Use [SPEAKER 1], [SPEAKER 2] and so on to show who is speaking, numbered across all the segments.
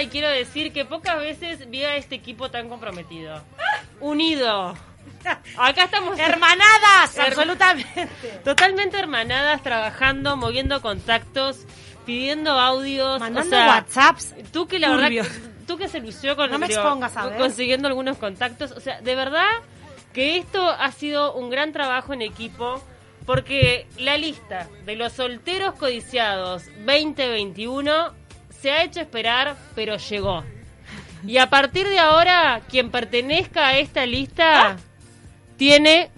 [SPEAKER 1] y quiero decir que pocas veces vi a este equipo tan comprometido. Unido. Acá estamos
[SPEAKER 2] Hermanadas, absolutamente.
[SPEAKER 1] totalmente hermanadas, trabajando, moviendo contactos, pidiendo audios.
[SPEAKER 2] Mandando
[SPEAKER 1] o sea,
[SPEAKER 2] WhatsApps.
[SPEAKER 1] Tú que la verdad,
[SPEAKER 2] Turbio.
[SPEAKER 1] que- tú que se lució con
[SPEAKER 2] No me expongas, a ver.
[SPEAKER 1] consiguiendo algunos contactos. O sea, de verdad que esto ha sido un gran trabajo en equipo. Porque la lista de los solteros codiciados 2021 se ha hecho esperar, pero llegó. Y a partir de ahora, quien pertenezca a esta lista tiene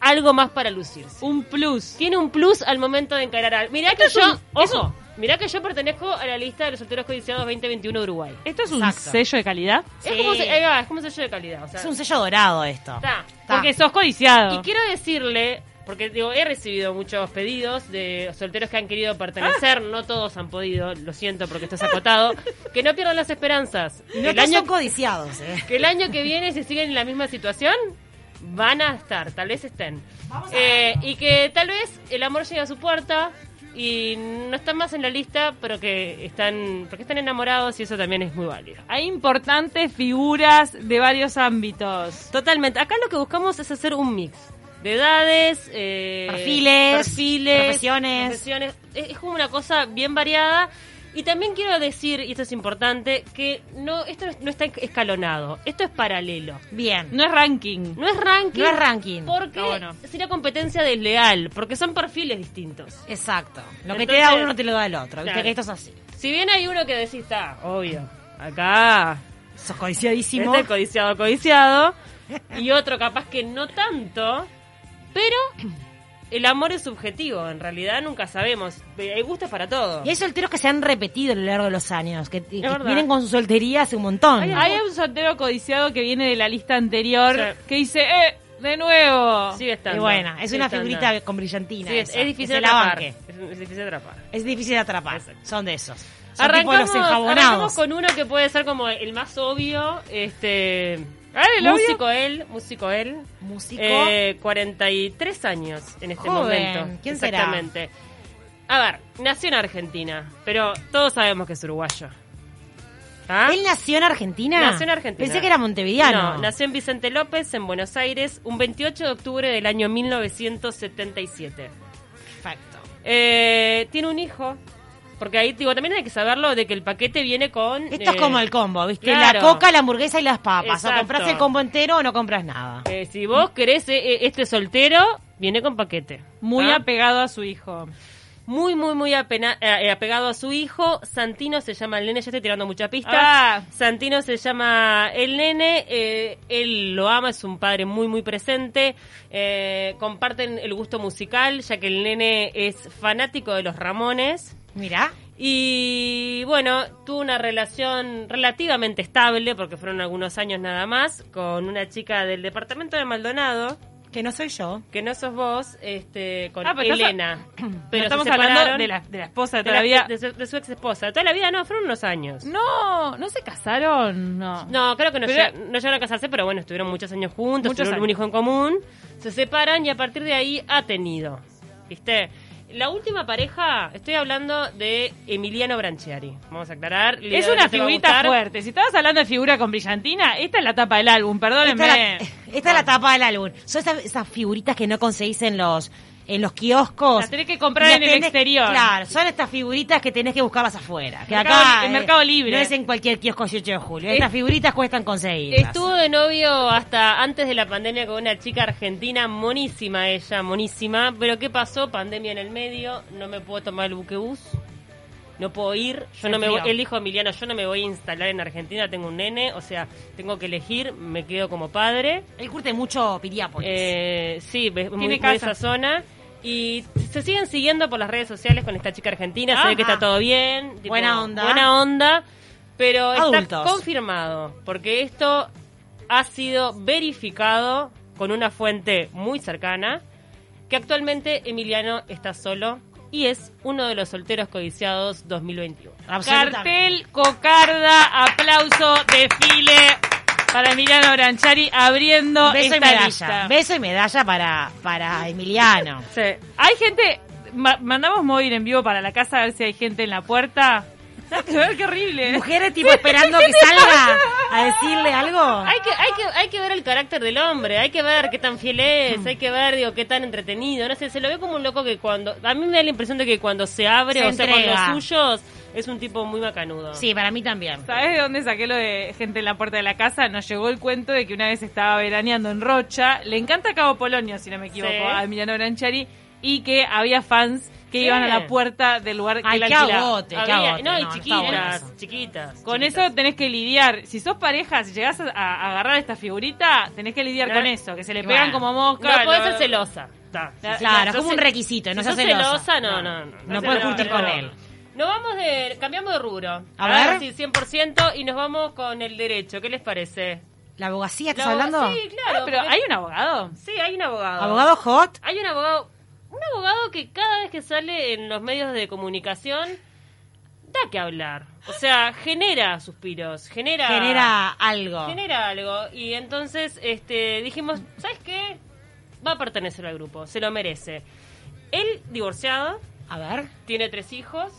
[SPEAKER 1] algo más para lucirse.
[SPEAKER 3] Un plus.
[SPEAKER 1] Tiene un plus al momento de encarar al. Mirá que
[SPEAKER 3] Esto
[SPEAKER 1] yo.
[SPEAKER 3] es un-
[SPEAKER 1] ojo,
[SPEAKER 3] es un-
[SPEAKER 1] mirá que yo pertenezco a la lista de los solteros codiciados 2021 de Uruguay.
[SPEAKER 3] ¿Esto es un
[SPEAKER 2] Exacto.
[SPEAKER 3] sello de calidad?
[SPEAKER 1] Es, como, se- ahí va, es como sello de calidad. O sea,
[SPEAKER 2] Es un sello dorado esto.
[SPEAKER 1] está.
[SPEAKER 2] Ta.
[SPEAKER 3] Porque sos codiciado.
[SPEAKER 1] Y quiero decirle, porque digo, he recibido muchos pedidos de solteros que han querido pertenecer, no todos han podido, lo siento porque estás acotado, que no pierdan las esperanzas.
[SPEAKER 2] Y No
[SPEAKER 1] el
[SPEAKER 2] todos
[SPEAKER 1] año
[SPEAKER 2] son codiciados, eh.
[SPEAKER 1] que el año que viene, si siguen en la misma situación, van a estar, tal vez estén. Eh, y que tal vez el amor llegue a su puerta y no están más en la lista, pero que están, porque están enamorados y eso también es muy válido.
[SPEAKER 3] Hay importantes figuras de varios ámbitos.
[SPEAKER 1] Totalmente. Acá lo que buscamos es hacer un mix de edades, eh,
[SPEAKER 2] Perfiles,
[SPEAKER 1] perfiles,
[SPEAKER 2] profesiones.
[SPEAKER 1] profesiones. Es, es como una cosa bien variada. Y también quiero decir, y esto es importante, que no esto no está escalonado, esto es paralelo.
[SPEAKER 2] Bien.
[SPEAKER 3] No es ranking.
[SPEAKER 1] No es ranking.
[SPEAKER 2] No es ranking.
[SPEAKER 1] Porque
[SPEAKER 3] No, bueno.
[SPEAKER 1] sería competencia desleal, porque son perfiles distintos.
[SPEAKER 2] Exacto. Lo que te
[SPEAKER 1] Entonces-
[SPEAKER 2] da uno no te lo da el otro. Viste
[SPEAKER 1] Claro.
[SPEAKER 2] que esto es así.
[SPEAKER 1] Si bien hay uno que decís, está, obvio, acá,
[SPEAKER 2] Sos codiciadísimo.
[SPEAKER 1] este es codiciado, codiciado, y otro capaz que no tanto, pero el amor es subjetivo, en realidad nunca sabemos. Eh, Hay gustos para todo.
[SPEAKER 2] Y hay solteros que se han repetido a lo largo de los años, que, que
[SPEAKER 1] verdad.
[SPEAKER 2] vienen con su soltería hace un montón.
[SPEAKER 3] Hay un soltero codiciado que viene de la lista anterior
[SPEAKER 1] Sí.
[SPEAKER 3] que dice, ¡eh! ¡De nuevo!
[SPEAKER 1] Sigue estando.
[SPEAKER 2] y buena, es
[SPEAKER 1] sigue
[SPEAKER 2] una
[SPEAKER 1] estando.
[SPEAKER 2] figurita con brillantina.
[SPEAKER 1] Sí, es, es
[SPEAKER 2] esa, que
[SPEAKER 1] difícil
[SPEAKER 2] se la
[SPEAKER 1] atrapar.
[SPEAKER 2] banque.
[SPEAKER 1] Es, es difícil atrapar.
[SPEAKER 2] Es difícil de atrapar.
[SPEAKER 1] Exacto.
[SPEAKER 2] Son de esos. Son tipo
[SPEAKER 1] Arrancamos,
[SPEAKER 2] los
[SPEAKER 1] arrancamos
[SPEAKER 2] enjabonados.
[SPEAKER 1] con uno que puede ser como el más obvio, este...
[SPEAKER 3] el obvio.
[SPEAKER 1] músico él, músico él.
[SPEAKER 2] Músico.
[SPEAKER 1] Eh, 43 años en este
[SPEAKER 2] Joven.
[SPEAKER 1] momento.
[SPEAKER 2] ¿Quién será?
[SPEAKER 1] Exactamente. A ver, nació en Argentina, pero todos sabemos que es uruguayo. ¿Ah?
[SPEAKER 2] ¿Él nació en Argentina?
[SPEAKER 1] Nació en Argentina.
[SPEAKER 2] Pensé que era montevideano.
[SPEAKER 1] No, nació en Vicente López, en Buenos Aires, un 28 de octubre del año 1977.
[SPEAKER 2] Perfecto.
[SPEAKER 1] Eh, tiene un hijo, porque ahí digo, también hay que saberlo de que el paquete viene con...
[SPEAKER 2] Esto
[SPEAKER 1] eh,
[SPEAKER 2] es como el combo, ¿viste?
[SPEAKER 1] claro.
[SPEAKER 2] La coca, la hamburguesa y las papas.
[SPEAKER 1] Exacto.
[SPEAKER 2] O compras el combo entero o no compras nada.
[SPEAKER 1] eh, si vos querés eh, este soltero, viene con paquete.
[SPEAKER 3] Muy
[SPEAKER 1] ¿Ah?
[SPEAKER 3] apegado a su hijo.
[SPEAKER 1] muy, muy, muy apena- eh, apegado a su hijo. Santino se llama el nene, ya estoy tirando mucha pista.
[SPEAKER 3] Ah.
[SPEAKER 1] Santino se llama el nene, eh, él lo ama, es un padre muy, muy presente. Eh, comparten el gusto musical, ya que el nene es fanático de los Ramones.
[SPEAKER 2] Mirá.
[SPEAKER 1] Y bueno, tuvo una relación relativamente estable, porque fueron algunos años nada más, con una chica del departamento de Maldonado,
[SPEAKER 2] Que no soy yo.
[SPEAKER 1] que no sos vos, este, con
[SPEAKER 3] Ah, pero estás-
[SPEAKER 1] Elena.
[SPEAKER 3] Pero
[SPEAKER 1] se
[SPEAKER 3] estamos
[SPEAKER 1] separaron.
[SPEAKER 3] hablando de la, de la esposa de
[SPEAKER 1] De, la-
[SPEAKER 3] todavía.
[SPEAKER 1] de su, de su ex esposa. Toda la vida no, fueron unos años.
[SPEAKER 3] No, no se casaron, no.
[SPEAKER 1] No, creo que no,
[SPEAKER 3] Pero-
[SPEAKER 1] lleg- no llegaron a casarse, pero bueno, estuvieron muchos años juntos,
[SPEAKER 3] Muchos
[SPEAKER 1] tuvieron un
[SPEAKER 3] años.
[SPEAKER 1] hijo en común. Se separan y a partir de ahí ha tenido. ¿Viste? La última pareja, estoy hablando de Emiliano Branchiari. Vamos a aclarar.
[SPEAKER 3] Es
[SPEAKER 1] Leo, no
[SPEAKER 3] una
[SPEAKER 1] te va a
[SPEAKER 3] figurita
[SPEAKER 1] gustar.
[SPEAKER 3] fuerte. Si estabas hablando de figura con brillantina, esta es la tapa del álbum,
[SPEAKER 2] Esta
[SPEAKER 3] perdónenme.
[SPEAKER 2] es la- esta
[SPEAKER 3] Ah.
[SPEAKER 2] es la tapa del álbum. Son esas, esas figuritas que no conseguís en los en los kioscos.
[SPEAKER 3] Las tenés que comprar
[SPEAKER 2] Las
[SPEAKER 3] en el exterior.
[SPEAKER 2] Claro, son estas figuritas que tenés que buscarlas afuera. Que
[SPEAKER 3] Mercado-
[SPEAKER 2] acá,
[SPEAKER 3] en Mercado Libre.
[SPEAKER 2] No es en cualquier kiosco 18 de julio.
[SPEAKER 1] Es-
[SPEAKER 2] Estas figuritas cuestan conseguirlas.
[SPEAKER 1] Estuvo de novio hasta antes de la pandemia con una chica argentina, monísima ella, monísima. Pero ¿qué pasó? Pandemia en el medio, no me puedo tomar el buquebús, no puedo ir. Yo
[SPEAKER 2] Se
[SPEAKER 1] no me voy,
[SPEAKER 2] enfrió.
[SPEAKER 1] él dijo Emiliano, yo no me voy a instalar en Argentina, tengo un nene, o sea, tengo que elegir, me quedo como padre.
[SPEAKER 2] Él curte mucho Piriápolis.
[SPEAKER 1] Eh, sí, ve- muy,
[SPEAKER 3] Tiene
[SPEAKER 1] muy
[SPEAKER 3] casa.
[SPEAKER 1] esa zona. Y se siguen siguiendo por las redes sociales con esta chica argentina, se ve que
[SPEAKER 2] Ajá.
[SPEAKER 1] está todo bien. tipo,
[SPEAKER 2] Buena onda.
[SPEAKER 1] Buena onda, pero está
[SPEAKER 2] Adultos.
[SPEAKER 1] confirmado, porque esto ha sido verificado con una fuente muy cercana, que actualmente Emiliano está solo y es uno de los solteros codiciados 2021.
[SPEAKER 2] Absolutamente.
[SPEAKER 3] Cartel, cocarda, aplauso, desfile para Emiliano Branchari abriendo
[SPEAKER 2] Beso y
[SPEAKER 3] esta
[SPEAKER 2] medalla.
[SPEAKER 3] lista.
[SPEAKER 2] Beso y medalla para, para Emiliano.
[SPEAKER 3] Sí. Hay gente, ma- mandamos móvil en vivo para la casa a ver si hay gente en la puerta. Nada que ver, qué horrible.
[SPEAKER 2] Mujeres tipo esperando que salga a decirle algo.
[SPEAKER 1] Hay que, hay, que, hay que ver el carácter del hombre, hay que ver qué tan fiel es, hay que ver, digo, qué tan entretenido. No sé, se lo ve como un loco que cuando. A mí me da la impresión de que cuando se abre,
[SPEAKER 2] Se
[SPEAKER 1] o sea,
[SPEAKER 2] entrega.
[SPEAKER 1] con los suyos, es un tipo muy macanudo.
[SPEAKER 2] Sí, para mí también.
[SPEAKER 3] ¿Sabes de dónde saqué lo de gente en la puerta de la casa? Nos llegó el cuento de que una vez estaba veraneando en Rocha. Le encanta Cabo Polonio, si no me equivoco,
[SPEAKER 1] Sí.
[SPEAKER 3] a Milano Branchari. Y que había fans que
[SPEAKER 1] Sí.
[SPEAKER 3] iban a la puerta del lugar que
[SPEAKER 2] Ay,
[SPEAKER 3] él
[SPEAKER 2] qué
[SPEAKER 3] alquilaba.
[SPEAKER 2] agote, qué
[SPEAKER 1] Había-
[SPEAKER 2] agote.
[SPEAKER 1] no, y
[SPEAKER 2] no está bueno
[SPEAKER 1] chiquitas,
[SPEAKER 2] eso.
[SPEAKER 1] chiquitas.
[SPEAKER 3] Con
[SPEAKER 1] chiquitas.
[SPEAKER 3] eso tenés que lidiar. Si sos pareja, si llegás a, a agarrar esta figurita, tenés que lidiar
[SPEAKER 1] ¿Eh?
[SPEAKER 3] con eso, que se le
[SPEAKER 2] Y
[SPEAKER 3] pegan
[SPEAKER 2] bueno,
[SPEAKER 3] como mosca.
[SPEAKER 1] No podés
[SPEAKER 3] lo-
[SPEAKER 1] ser celosa. Ta.
[SPEAKER 3] La-
[SPEAKER 2] Claro,
[SPEAKER 3] la-
[SPEAKER 2] es como
[SPEAKER 3] sos-
[SPEAKER 2] un requisito, no
[SPEAKER 1] Si
[SPEAKER 2] seas
[SPEAKER 1] sos
[SPEAKER 2] celosa.
[SPEAKER 1] no, no. No,
[SPEAKER 2] No
[SPEAKER 1] seas
[SPEAKER 2] podés
[SPEAKER 1] celosa,
[SPEAKER 2] curtir
[SPEAKER 1] no.
[SPEAKER 2] con él.
[SPEAKER 1] Nos vamos de. Cambiamos de rubro.
[SPEAKER 2] A ver.
[SPEAKER 1] Sí, 100% y nos vamos con el derecho. ¿Qué les parece?
[SPEAKER 2] ¿La abogacía estás
[SPEAKER 1] La aboga-
[SPEAKER 2] hablando?
[SPEAKER 1] Sí, claro.
[SPEAKER 3] Ah, pero
[SPEAKER 1] porque-
[SPEAKER 3] hay un abogado.
[SPEAKER 1] Sí, hay un abogado.
[SPEAKER 2] ¿Abogado hot?
[SPEAKER 1] Hay un abogado. Un abogado que cada vez que sale en los medios de comunicación da que hablar. O sea, genera suspiros, genera.
[SPEAKER 2] Genera algo.
[SPEAKER 1] Genera algo. Y entonces este, dijimos, ¿sabes qué? Va a pertenecer al grupo, se lo merece. Él, divorciado,
[SPEAKER 2] A ver.
[SPEAKER 1] tiene tres hijos.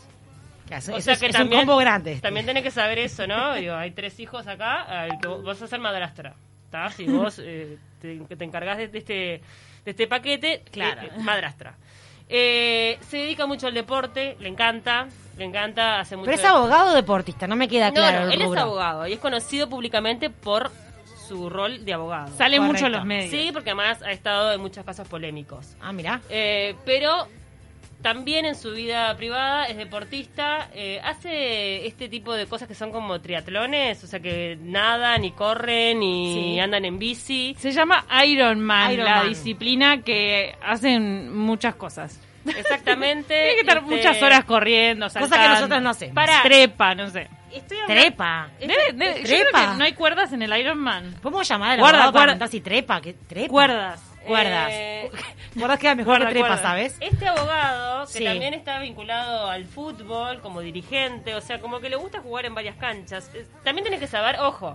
[SPEAKER 2] claro, eso-
[SPEAKER 1] O
[SPEAKER 2] eso
[SPEAKER 1] sea
[SPEAKER 2] es,
[SPEAKER 1] que
[SPEAKER 2] es
[SPEAKER 1] también,
[SPEAKER 2] un combo grande. este.
[SPEAKER 1] También tenés que saber eso, ¿no? Digo, hay tres hijos acá, al que vos- vas a ser madrastra. ¿Está? Si vos eh, te, que te encargás de, de este, de este paquete,
[SPEAKER 2] Claro.
[SPEAKER 1] eh, madrastra. Eh, se dedica mucho al deporte, le encanta, le encanta, hace mucho
[SPEAKER 2] Pero es abogado o deportista, no me queda
[SPEAKER 1] No,
[SPEAKER 2] claro.
[SPEAKER 1] no,
[SPEAKER 2] el
[SPEAKER 1] él es
[SPEAKER 2] rubro.
[SPEAKER 1] abogado y es conocido públicamente por su rol de abogado.
[SPEAKER 3] Sale
[SPEAKER 2] Correcto.
[SPEAKER 3] mucho en los medios.
[SPEAKER 1] Sí, porque además ha estado en muchos casos polémicos.
[SPEAKER 2] Ah, mirá.
[SPEAKER 1] Eh, pero también en su vida privada es deportista, eh, hace este tipo de cosas que son como triatlones, o sea que nadan y corren y
[SPEAKER 2] Sí.
[SPEAKER 1] andan en bici.
[SPEAKER 3] Se llama Iron Man,
[SPEAKER 2] Iron
[SPEAKER 3] la
[SPEAKER 2] Man.
[SPEAKER 3] disciplina que hacen muchas cosas.
[SPEAKER 1] Exactamente.
[SPEAKER 3] Tiene que estar
[SPEAKER 1] este,
[SPEAKER 3] muchas horas corriendo, saltando.
[SPEAKER 2] Cosa que nosotros no hacemos.
[SPEAKER 3] Para. Trepa, no sé.
[SPEAKER 1] Estoy hablando-
[SPEAKER 2] Trepa.
[SPEAKER 1] Es-
[SPEAKER 3] Debe- debe- yo
[SPEAKER 2] trepa.
[SPEAKER 3] creo que no hay cuerdas en el Iron Man.
[SPEAKER 2] ¿Podemos llamar al
[SPEAKER 3] Guarda,
[SPEAKER 2] abogado para
[SPEAKER 3] guarda.
[SPEAKER 2] preguntar si trepa? ¿Qué, trepa?
[SPEAKER 3] Cuerdas.
[SPEAKER 2] Cuerdas.
[SPEAKER 1] Eh,
[SPEAKER 2] Guardas queda mejor
[SPEAKER 3] Guarda,
[SPEAKER 2] que trepa,
[SPEAKER 3] guarda.
[SPEAKER 2] ¿sabes?
[SPEAKER 1] Este abogado, que
[SPEAKER 2] Sí.
[SPEAKER 1] también está vinculado al fútbol como dirigente, o sea, como que le gusta jugar en varias canchas. Eh, También tenés que saber, ojo,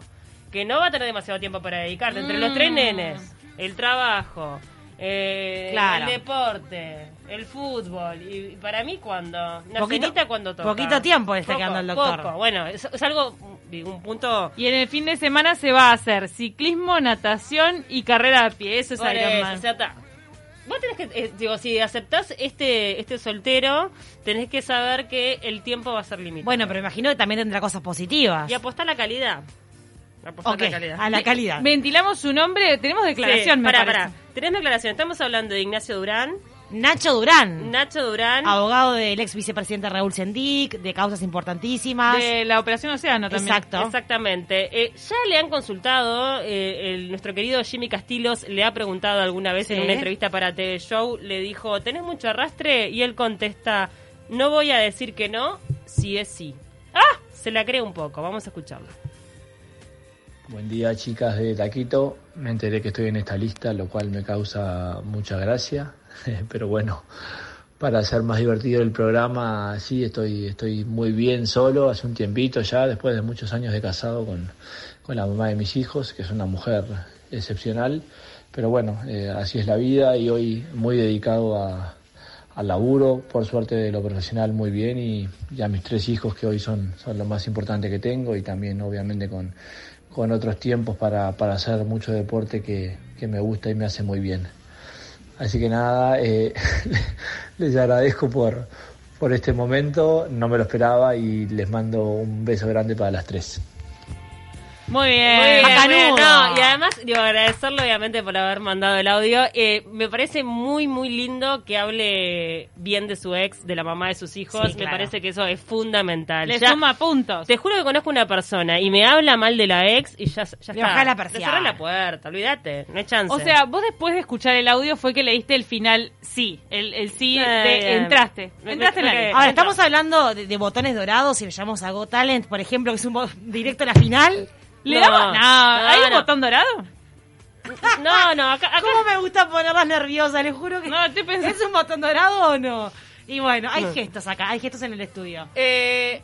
[SPEAKER 1] que no va a tener demasiado tiempo para dedicarle. Entre los
[SPEAKER 2] Mm.
[SPEAKER 1] tres nenes, el trabajo, eh,
[SPEAKER 2] Claro.
[SPEAKER 1] el deporte, el fútbol. Y para mí, cuando. Una
[SPEAKER 2] Poquito-
[SPEAKER 1] cenita cuando toca.
[SPEAKER 2] poquito tiempo le está quedando al doctor.
[SPEAKER 1] poco. Bueno, es, es algo, un punto.
[SPEAKER 3] Y en el fin de semana se va a hacer ciclismo, natación y carrera a pie. Eso es
[SPEAKER 1] Por
[SPEAKER 3] Iron
[SPEAKER 1] eso,
[SPEAKER 3] Man.
[SPEAKER 1] o sea, ta- Vos tenés que, eh, digo, si aceptás este, este soltero, tenés que saber que el tiempo va a ser limitado.
[SPEAKER 2] Bueno, pero imagino que también tendrá cosas positivas.
[SPEAKER 1] Y apostar a la calidad. Apostar
[SPEAKER 2] Ok,
[SPEAKER 1] a la calidad.
[SPEAKER 2] a la calidad.
[SPEAKER 3] Ventilamos su nombre, tenemos declaración, me
[SPEAKER 1] para,
[SPEAKER 3] parece.
[SPEAKER 1] Tenés declaración. Estamos hablando de Ignacio Durán,
[SPEAKER 2] Nacho Durán,
[SPEAKER 1] Nacho Durán.
[SPEAKER 2] abogado del ex vicepresidente Raúl Sendic, de causas importantísimas.
[SPEAKER 3] De la Operación Océano también.
[SPEAKER 2] Exacto.
[SPEAKER 1] Exactamente. Eh, ya le han consultado, eh, el- nuestro querido Jimmy Castilos le ha preguntado alguna vez
[SPEAKER 2] Sí.
[SPEAKER 1] en una entrevista para TV Show, le dijo, ¿tenés mucho arrastre? Y él contesta, no voy a decir que no, si es sí. ¡Ah! Se la cree un poco, vamos a escucharlo.
[SPEAKER 4] Buen día chicas de Taquito, me enteré que estoy en esta lista, lo cual me causa mucha gracia, pero bueno, para hacer más divertido el programa, sí, estoy, estoy muy bien solo, hace un tiempito ya, después de muchos años de casado con, con la mamá de mis hijos, que es una mujer excepcional, pero bueno, eh, así es la vida y hoy muy dedicado a, al laburo, por suerte de lo profesional muy bien y, y a mis tres hijos que hoy son, son lo más importante que tengo y también obviamente con, con otros tiempos para, para hacer mucho deporte que, que me gusta y me hace muy bien. Así que nada, eh, les agradezco por, por este momento, no me lo esperaba y les mando un beso grande para las tres.
[SPEAKER 3] Muy
[SPEAKER 2] Eh,
[SPEAKER 3] bien.
[SPEAKER 1] Muy bien,
[SPEAKER 2] Macanudo.
[SPEAKER 1] muy bien. No, y además, digo, agradecerlo obviamente por haber mandado el audio. Eh, me parece muy, muy lindo que hable bien de su ex, de la mamá de sus hijos.
[SPEAKER 2] Sí,
[SPEAKER 1] Me
[SPEAKER 2] claro.
[SPEAKER 1] parece que eso es fundamental.
[SPEAKER 3] Le
[SPEAKER 1] Ya-
[SPEAKER 3] suma puntos.
[SPEAKER 1] te juro que conozco una persona y me habla mal de la ex y ya, ya
[SPEAKER 2] Le
[SPEAKER 1] está.
[SPEAKER 2] bajá la
[SPEAKER 1] Le
[SPEAKER 2] persiana.
[SPEAKER 1] cerrá la puerta, olvídate, no hay chance.
[SPEAKER 3] O sea, vos después de escuchar el audio fue que leíste el final sí. El, el sí
[SPEAKER 1] Eh,
[SPEAKER 3] de entraste.
[SPEAKER 1] me-
[SPEAKER 3] Entraste en la
[SPEAKER 1] me-
[SPEAKER 3] lista.
[SPEAKER 2] Ahora, estamos hablando de, de botones dorados y le llamamos a Go Talent, por ejemplo, que es un bo- directo a la final.
[SPEAKER 3] ¿Le
[SPEAKER 1] No,
[SPEAKER 3] damos? No,
[SPEAKER 1] no,
[SPEAKER 3] ¿Hay un
[SPEAKER 1] no.
[SPEAKER 3] botón dorado?
[SPEAKER 1] no, no, acá, acá-
[SPEAKER 2] ¿Cómo me gusta ponerlas nerviosas? Les juro que...
[SPEAKER 3] No, estoy pensando.
[SPEAKER 2] ¿Es un botón dorado o no? Y bueno, hay gestos acá, hay gestos en el estudio.
[SPEAKER 1] Eh,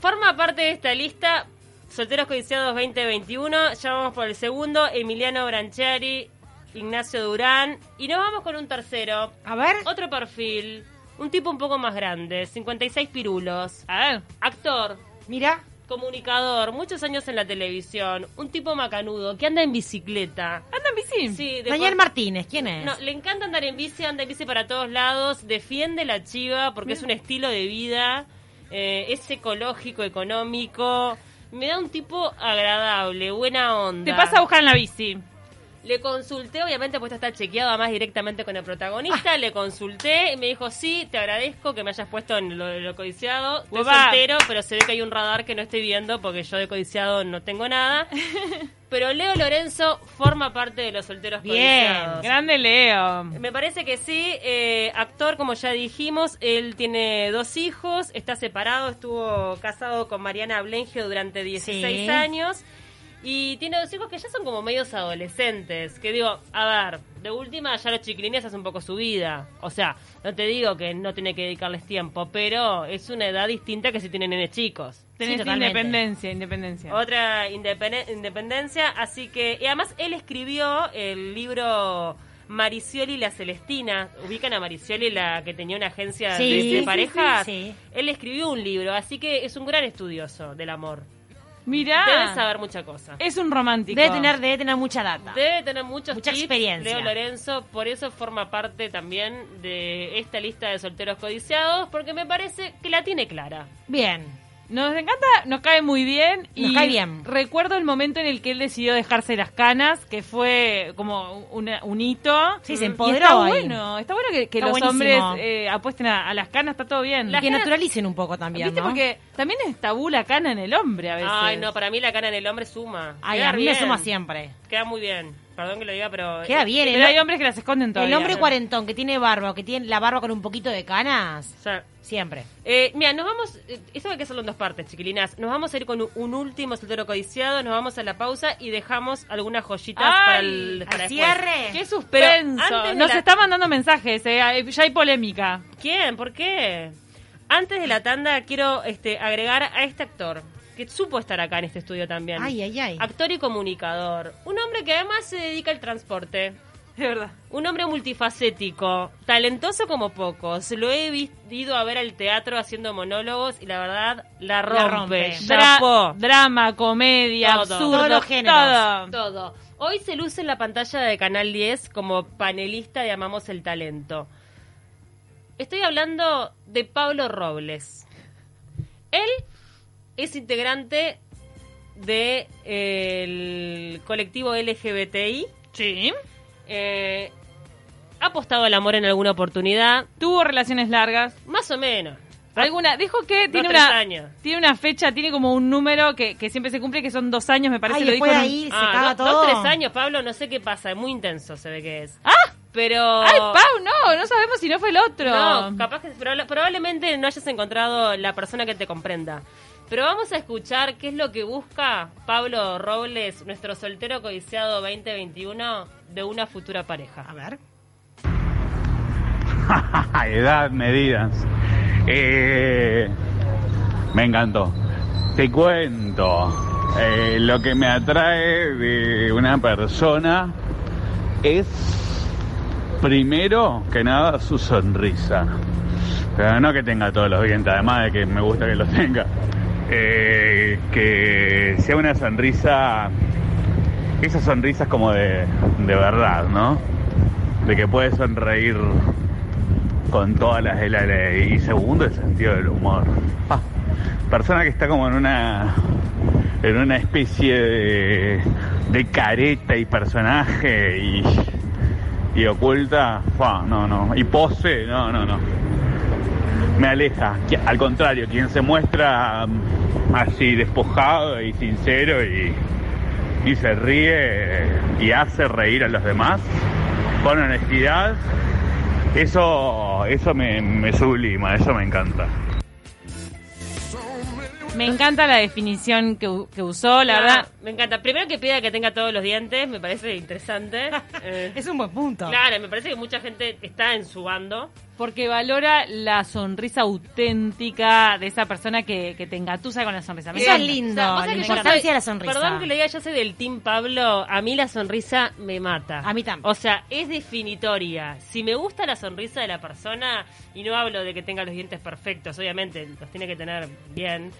[SPEAKER 1] forma parte de esta lista Solteros Codiciados 2021. Ya vamos por el segundo. Emiliano Brancheri, Ignacio Durán. Y nos vamos con un tercero.
[SPEAKER 2] A ver,
[SPEAKER 1] Otro perfil. Un tipo un poco más grande, 56 pirulos.
[SPEAKER 3] A ver.
[SPEAKER 1] Actor,
[SPEAKER 2] Mira,
[SPEAKER 1] comunicador, muchos años en la televisión. Un tipo macanudo que anda en bicicleta.
[SPEAKER 3] Anda en bici.
[SPEAKER 1] Sí, de
[SPEAKER 2] Daniel
[SPEAKER 1] cor-
[SPEAKER 2] Martínez, ¿quién es?
[SPEAKER 1] No, le encanta andar en bici, anda en bici para todos lados, defiende la chiva porque es un estilo de vida, eh, es ecológico, económico. Me da un tipo agradable, buena onda.
[SPEAKER 3] Te pasa a buscar en la bici.
[SPEAKER 1] Le consulté, obviamente, pues esto está chequeado además directamente con el
[SPEAKER 3] Ah.
[SPEAKER 1] protagonista. Le consulté y me dijo: Sí, te agradezco que me hayas puesto en lo, lo codiciado. Estoy
[SPEAKER 3] Guapa.
[SPEAKER 1] soltero, pero se ve que hay un radar que no estoy viendo porque yo de codiciado no tengo nada. Pero Leo Lorenzo forma parte de los solteros
[SPEAKER 2] Bien,
[SPEAKER 1] codiciados.
[SPEAKER 3] Grande Leo.
[SPEAKER 1] Me parece que sí, eh, actor, como ya dijimos, él tiene dos hijos, está separado, estuvo casado con Mariana Blengio durante 16
[SPEAKER 2] Sí.
[SPEAKER 1] años y tiene dos hijos que ya son como medios adolescentes, que digo, a ver, de última ya los chiquilines hacen un poco su vida, o sea, no te digo que no tiene que dedicarles tiempo, pero es una edad distinta que si tienen nenes chicos.
[SPEAKER 3] Tenés
[SPEAKER 2] totalmente.
[SPEAKER 3] independencia, independencia.
[SPEAKER 1] Otra independen- independencia, así que... Y además él escribió el libro Maricioli y la Celestina. ¿Ubican a Maricioli, la que tenía una agencia
[SPEAKER 2] Sí,
[SPEAKER 1] de-
[SPEAKER 2] sí,
[SPEAKER 1] de,
[SPEAKER 2] sí,
[SPEAKER 1] parejas?
[SPEAKER 2] sí, sí.
[SPEAKER 1] Él escribió un libro, así que es un gran estudioso del amor.
[SPEAKER 2] Ah.
[SPEAKER 3] Mirá.
[SPEAKER 1] Debe saber mucha cosa.
[SPEAKER 2] Eh,
[SPEAKER 3] Es un romántico.
[SPEAKER 2] Debe tener, debe tener mucha data.
[SPEAKER 1] Debe tener muchos
[SPEAKER 2] Mucha
[SPEAKER 1] tips,
[SPEAKER 2] experiencia.
[SPEAKER 1] Leo Lorenzo, por eso forma parte también de esta lista de solteros codiciados, porque me parece que la tiene clara.
[SPEAKER 2] Bien.
[SPEAKER 3] Nos encanta, nos cae muy bien. Y
[SPEAKER 2] Nos cae bien.
[SPEAKER 3] Recuerdo el momento en el que él decidió dejarse las canas, que fue como una- un hito.
[SPEAKER 2] Sí, se
[SPEAKER 3] Y
[SPEAKER 2] empoderó
[SPEAKER 3] Está
[SPEAKER 2] ahí.
[SPEAKER 3] bueno, está bueno que, que
[SPEAKER 2] Está
[SPEAKER 3] los
[SPEAKER 2] buenísimo.
[SPEAKER 3] hombres eh, apuesten a, a las canas, está todo bien.
[SPEAKER 2] que naturalicen un poco también,
[SPEAKER 3] ¿Viste?
[SPEAKER 2] ¿no?
[SPEAKER 3] Porque también es tabú la cana en el hombre a veces.
[SPEAKER 1] Ay, no, para mí la cara en el hombre suma.
[SPEAKER 2] Ay,
[SPEAKER 1] Queda
[SPEAKER 2] a mí
[SPEAKER 1] bien.
[SPEAKER 2] me suma siempre.
[SPEAKER 1] Queda muy bien. Perdón que lo diga, pero.
[SPEAKER 2] Queda bien.
[SPEAKER 3] Pero
[SPEAKER 2] El,
[SPEAKER 3] hay hombres que las esconden
[SPEAKER 2] el
[SPEAKER 3] todavía.
[SPEAKER 2] hombre cuarentón que tiene barba, que tiene la barba con un poquito de canas,
[SPEAKER 1] O sea,
[SPEAKER 2] siempre.
[SPEAKER 1] eh, mira, nos vamos. eh, Esto hay que hacerlo en dos partes, chiquilinas. Nos vamos a ir con un, un último soltero codiciado, nos vamos a la pausa y dejamos algunas joyitas
[SPEAKER 3] Ay,
[SPEAKER 1] para el. para
[SPEAKER 2] al
[SPEAKER 1] después.
[SPEAKER 2] cierre.
[SPEAKER 3] ¡Qué suspenso!
[SPEAKER 1] Pero antes de
[SPEAKER 3] Nos
[SPEAKER 1] la-
[SPEAKER 3] está mandando mensajes, eh, hay- ya hay polémica.
[SPEAKER 1] ¿Quién? ¿Por qué? Antes de la tanda, quiero este, agregar a este actor que supo estar acá en este estudio también.
[SPEAKER 2] Ay, ay, ay.
[SPEAKER 1] Actor y comunicador. Un hombre que además se dedica al transporte.
[SPEAKER 3] De verdad.
[SPEAKER 1] Un hombre multifacético, talentoso como pocos. Lo he vis- ido a ver al teatro haciendo monólogos y la verdad la rompe.
[SPEAKER 2] rompe.
[SPEAKER 1] Chapó.
[SPEAKER 3] drama, comedia,
[SPEAKER 1] Todo.
[SPEAKER 3] absurdo,
[SPEAKER 2] Todos los
[SPEAKER 3] todo.
[SPEAKER 2] géneros.
[SPEAKER 1] Todo. Hoy se luce en la pantalla de Canal 10 como panelista de Amamos el Talento. Estoy hablando de Pablo Robles. Él es integrante del colectivo LGBTI.
[SPEAKER 3] Sí.
[SPEAKER 1] Eh, ha apostado al amor en alguna oportunidad.
[SPEAKER 3] Tuvo relaciones largas.
[SPEAKER 1] Más o menos.
[SPEAKER 3] Alguna, dijo que tiene
[SPEAKER 1] tres
[SPEAKER 3] una
[SPEAKER 1] años.
[SPEAKER 3] tiene una fecha, tiene como un número que, que siempre se cumple, que son dos años, me parece.
[SPEAKER 2] Ay,
[SPEAKER 3] lo dijo
[SPEAKER 2] después de
[SPEAKER 3] en un-
[SPEAKER 2] ahí se
[SPEAKER 1] Ah,
[SPEAKER 2] caga
[SPEAKER 1] do-
[SPEAKER 2] todo.
[SPEAKER 1] Dos, tres años, Pablo, no sé qué pasa, es muy intenso se ve que es.
[SPEAKER 3] ¡Ah!
[SPEAKER 1] Pero...
[SPEAKER 3] ¡Ay, Pau! No, no sabemos si no fue el otro.
[SPEAKER 1] No, capaz que proba- probablemente no hayas encontrado la persona que te comprenda. Pero vamos a escuchar qué es lo que busca Pablo Robles, nuestro soltero codiciado 2021, de una futura
[SPEAKER 2] A
[SPEAKER 1] pareja.
[SPEAKER 2] ver.
[SPEAKER 5] Edad, medidas. Eh, me encantó. Te cuento. eh, lo que me atrae de una persona es, primero que nada, su sonrisa. Pero no que tenga todos los dientes, además de que me gusta que los tenga. Eh, que sea una sonrisa, esas sonrisas como de, de verdad, ¿no? De que puedes sonreír con todas las de la ley. Y segundo, el sentido del humor. Ah, persona que está como en una en una especie de, de careta y personaje y, y oculta, fa, no, no, y pose, no, no, no. Me aleja, Que- al contrario, quien se muestra mm, así despojado y sincero y, y se ríe y hace reír a los demás con honestidad, eso, eso me, me sublima, eso me encanta.
[SPEAKER 3] Me encanta la definición que, u- que usó, la
[SPEAKER 1] Ah,
[SPEAKER 3] verdad.
[SPEAKER 1] Me encanta. Primero que pida que tenga todos los dientes, me parece interesante. Eh,
[SPEAKER 2] Es un buen punto.
[SPEAKER 1] claro, me parece que mucha gente está en su bando.
[SPEAKER 3] Porque valora la sonrisa auténtica de esa persona que, que te engatusa con la sonrisa. Me
[SPEAKER 2] Eso es
[SPEAKER 3] encanta.
[SPEAKER 2] lindo.
[SPEAKER 1] vos
[SPEAKER 2] la
[SPEAKER 1] sabés que yo
[SPEAKER 2] importancia
[SPEAKER 1] soy-
[SPEAKER 2] de la sonrisa.
[SPEAKER 1] Perdón que lo diga, yo soy del Team Pablo. A mí la sonrisa me mata.
[SPEAKER 2] A mí también.
[SPEAKER 1] O sea, es definitoria. Si me gusta la sonrisa de la persona, y no hablo de que tenga los dientes perfectos, obviamente los tiene que tener bien.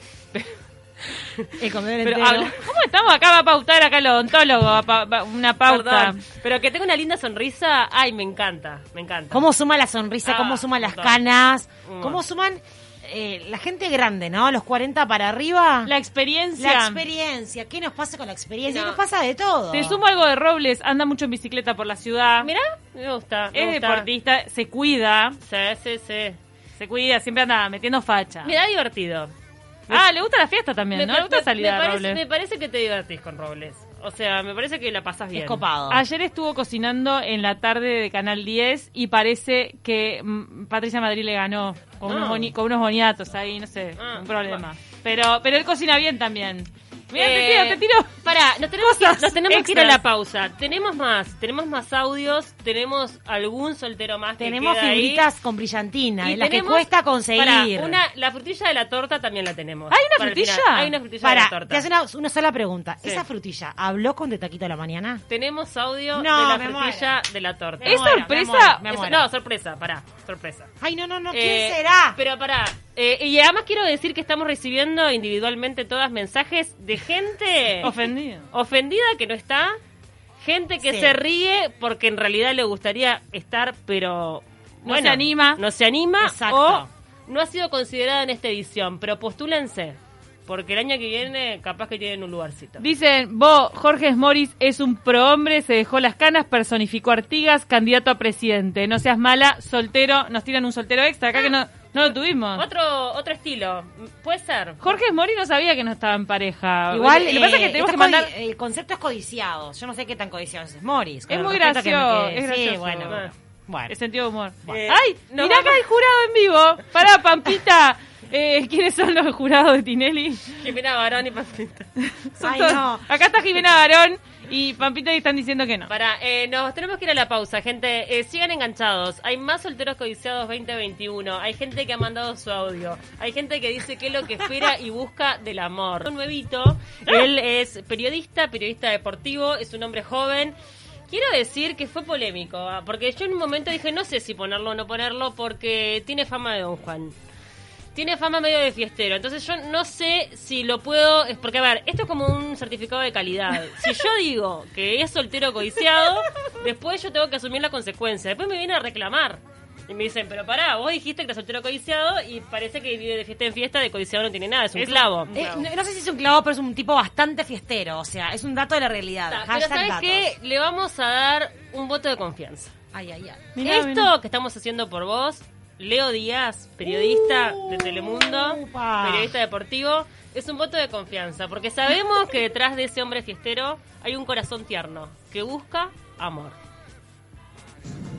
[SPEAKER 2] El comedor
[SPEAKER 3] Pero
[SPEAKER 2] entero.
[SPEAKER 3] habla- ¿Cómo estamos acá? Va a pautar acá el odontólogo, va a pa- va- una pauta.
[SPEAKER 1] Perdón. Pero que tenga una linda sonrisa, ay, me encanta, me encanta.
[SPEAKER 2] ¿Cómo suma la sonrisa?
[SPEAKER 1] Ah,
[SPEAKER 2] ¿Cómo suman las
[SPEAKER 1] total.
[SPEAKER 2] canas?
[SPEAKER 1] Mm.
[SPEAKER 2] ¿Cómo suman eh, la gente grande, no? Los 40 para arriba.
[SPEAKER 3] La experiencia.
[SPEAKER 2] La experiencia. ¿Qué nos pasa con la experiencia?
[SPEAKER 1] No.
[SPEAKER 2] Nos pasa de todo.
[SPEAKER 3] Te sumo algo de Robles, anda mucho en bicicleta por la ciudad.
[SPEAKER 1] Ah, Mirá, me gusta. me
[SPEAKER 3] es
[SPEAKER 1] gusta.
[SPEAKER 3] deportista, se cuida,
[SPEAKER 1] Sí, sí, sí.
[SPEAKER 3] se cuida, siempre anda metiendo facha.
[SPEAKER 1] Me da divertido.
[SPEAKER 3] Ah, le gusta la fiesta también, ¿no? Le gusta salir a
[SPEAKER 1] parece,
[SPEAKER 3] Robles.
[SPEAKER 1] me parece que te divertís con Robles. O sea, me parece que la pasas bien.
[SPEAKER 2] es copado.
[SPEAKER 3] Ayer estuvo cocinando en la tarde de Canal 10 y parece que mm, Patricia Madrid le ganó con,
[SPEAKER 1] Ah.
[SPEAKER 3] unos, boni- con unos boniatos ahí, no sé,
[SPEAKER 1] Ah,
[SPEAKER 3] un problema. Pero, pero él cocina bien también. Mira,
[SPEAKER 1] Eh,
[SPEAKER 3] te tiro, te tiro.
[SPEAKER 1] Pará, nos tenemos, que,
[SPEAKER 3] Cosas
[SPEAKER 1] nos tenemos que ir a
[SPEAKER 3] extras.
[SPEAKER 1] la pausa. Tenemos más, tenemos más audios, tenemos algún soltero más que
[SPEAKER 2] Tenemos
[SPEAKER 1] queda ahí.
[SPEAKER 2] figuritas con brillantina,
[SPEAKER 1] Y
[SPEAKER 2] de las que
[SPEAKER 1] tenemos-
[SPEAKER 2] cuesta conseguir.
[SPEAKER 1] Pará, una, la frutilla de la torta también la tenemos.
[SPEAKER 3] ¿Hay una
[SPEAKER 1] Para el
[SPEAKER 3] frutilla?
[SPEAKER 1] final. Hay una frutilla
[SPEAKER 2] Pará,
[SPEAKER 1] de la torta.
[SPEAKER 2] te hace una, una sola pregunta.
[SPEAKER 1] Sí.
[SPEAKER 2] ¿Esa frutilla habló con De Taquito a la mañana?
[SPEAKER 1] Tenemos audio
[SPEAKER 2] No,
[SPEAKER 1] de
[SPEAKER 2] me
[SPEAKER 1] la
[SPEAKER 2] muero.
[SPEAKER 1] frutilla de la torta.
[SPEAKER 2] Me
[SPEAKER 3] ¿Es
[SPEAKER 2] muero,
[SPEAKER 3] sorpresa?
[SPEAKER 2] Me
[SPEAKER 1] Es-
[SPEAKER 2] muero, me
[SPEAKER 1] no,
[SPEAKER 2] muero.
[SPEAKER 1] sorpresa, pará, sorpresa.
[SPEAKER 2] Ay, no, no, no. ¿Quién
[SPEAKER 1] Eh,
[SPEAKER 2] será?
[SPEAKER 1] Pero pará. eh, y además quiero decir que estamos recibiendo individualmente todas mensajes de gente
[SPEAKER 3] Ofendido.
[SPEAKER 1] ofendida que no está, gente que
[SPEAKER 2] Sí.
[SPEAKER 1] se ríe porque en realidad le gustaría estar, pero
[SPEAKER 3] No se anima.
[SPEAKER 1] no se anima
[SPEAKER 2] Exacto.
[SPEAKER 1] o no ha sido considerada en esta edición, pero postúlense, porque el año que viene capaz que tienen un lugarcito.
[SPEAKER 3] Dicen, vos, Jorge Moris es un prohombre, se dejó las canas, personificó a Artigas, candidato a presidente. No seas mala, soltero, nos tiran un soltero extra, acá que no, no lo tuvimos.
[SPEAKER 1] Otro otro estilo, puede ser.
[SPEAKER 3] Jorge Moris no sabía que no estaba en pareja.
[SPEAKER 2] Igual,
[SPEAKER 3] lo que pasa es que
[SPEAKER 2] eh,
[SPEAKER 3] tenemos
[SPEAKER 2] esto
[SPEAKER 3] que
[SPEAKER 2] es
[SPEAKER 3] mandar...
[SPEAKER 2] codi- el concepto es codiciado. Yo no sé qué tan codiciado es Morris. con
[SPEAKER 3] Es
[SPEAKER 2] el
[SPEAKER 3] muy
[SPEAKER 2] respeto que me
[SPEAKER 3] gracioso,
[SPEAKER 2] quede.
[SPEAKER 3] es gracioso.
[SPEAKER 2] Sí, bueno.
[SPEAKER 1] Ah.
[SPEAKER 2] eh, bueno.
[SPEAKER 3] El sentido de humor. Eh,
[SPEAKER 1] Bueno.
[SPEAKER 3] ¡Ay!
[SPEAKER 1] nos
[SPEAKER 3] mirá acá
[SPEAKER 1] vamos.
[SPEAKER 3] el jurado en vivo. Para, Pampita. Eh, ¿Quiénes son los jurados de Tinelli?
[SPEAKER 1] Jimena Barón y Pampita.
[SPEAKER 3] Son
[SPEAKER 2] Ay,
[SPEAKER 3] todos-
[SPEAKER 2] no.
[SPEAKER 3] Acá está Jimena Barón y Pampita y están diciendo que no.
[SPEAKER 1] Para, eh, nos tenemos que ir a la pausa, gente. Eh, sigan enganchados. Hay más solteros codiciados 2021. Hay gente que ha mandado su audio. Hay gente que dice que es lo que espera y busca del amor. Un nuevito. Él es periodista, periodista deportivo, es un hombre joven. Quiero decir que fue polémico, ah, porque yo en un momento dije, no sé si ponerlo o no ponerlo, porque tiene fama de Don Juan. Tiene fama medio de fiestero, entonces yo no sé si lo puedo. Es porque, a ver, esto es como un certificado de calidad. Si yo digo que es soltero codiciado, después yo tengo que asumir la consecuencia. Después me vienen a reclamar. Y me dicen, pero pará, vos dijiste que era soltero codiciado y parece que vive de fiesta en fiesta, de codiciado no tiene nada, es un clavo.
[SPEAKER 2] Eh, no, no sé si es un clavo, pero es un tipo bastante fiestero. O sea, es un dato de la realidad.
[SPEAKER 1] Está, Pero
[SPEAKER 2] Hashtag
[SPEAKER 1] ¿sabes
[SPEAKER 2] datos.
[SPEAKER 1] qué? Le vamos a dar un voto de confianza.
[SPEAKER 2] Ay, ay, ay.
[SPEAKER 3] Mirá,
[SPEAKER 1] Esto
[SPEAKER 3] mirá.
[SPEAKER 1] que estamos haciendo por vos, Leo Díaz, periodista de Telemundo,
[SPEAKER 2] Uh, upa.
[SPEAKER 1] periodista deportivo, es un voto de confianza, porque sabemos que detrás de ese hombre fiestero hay un corazón tierno que busca amor.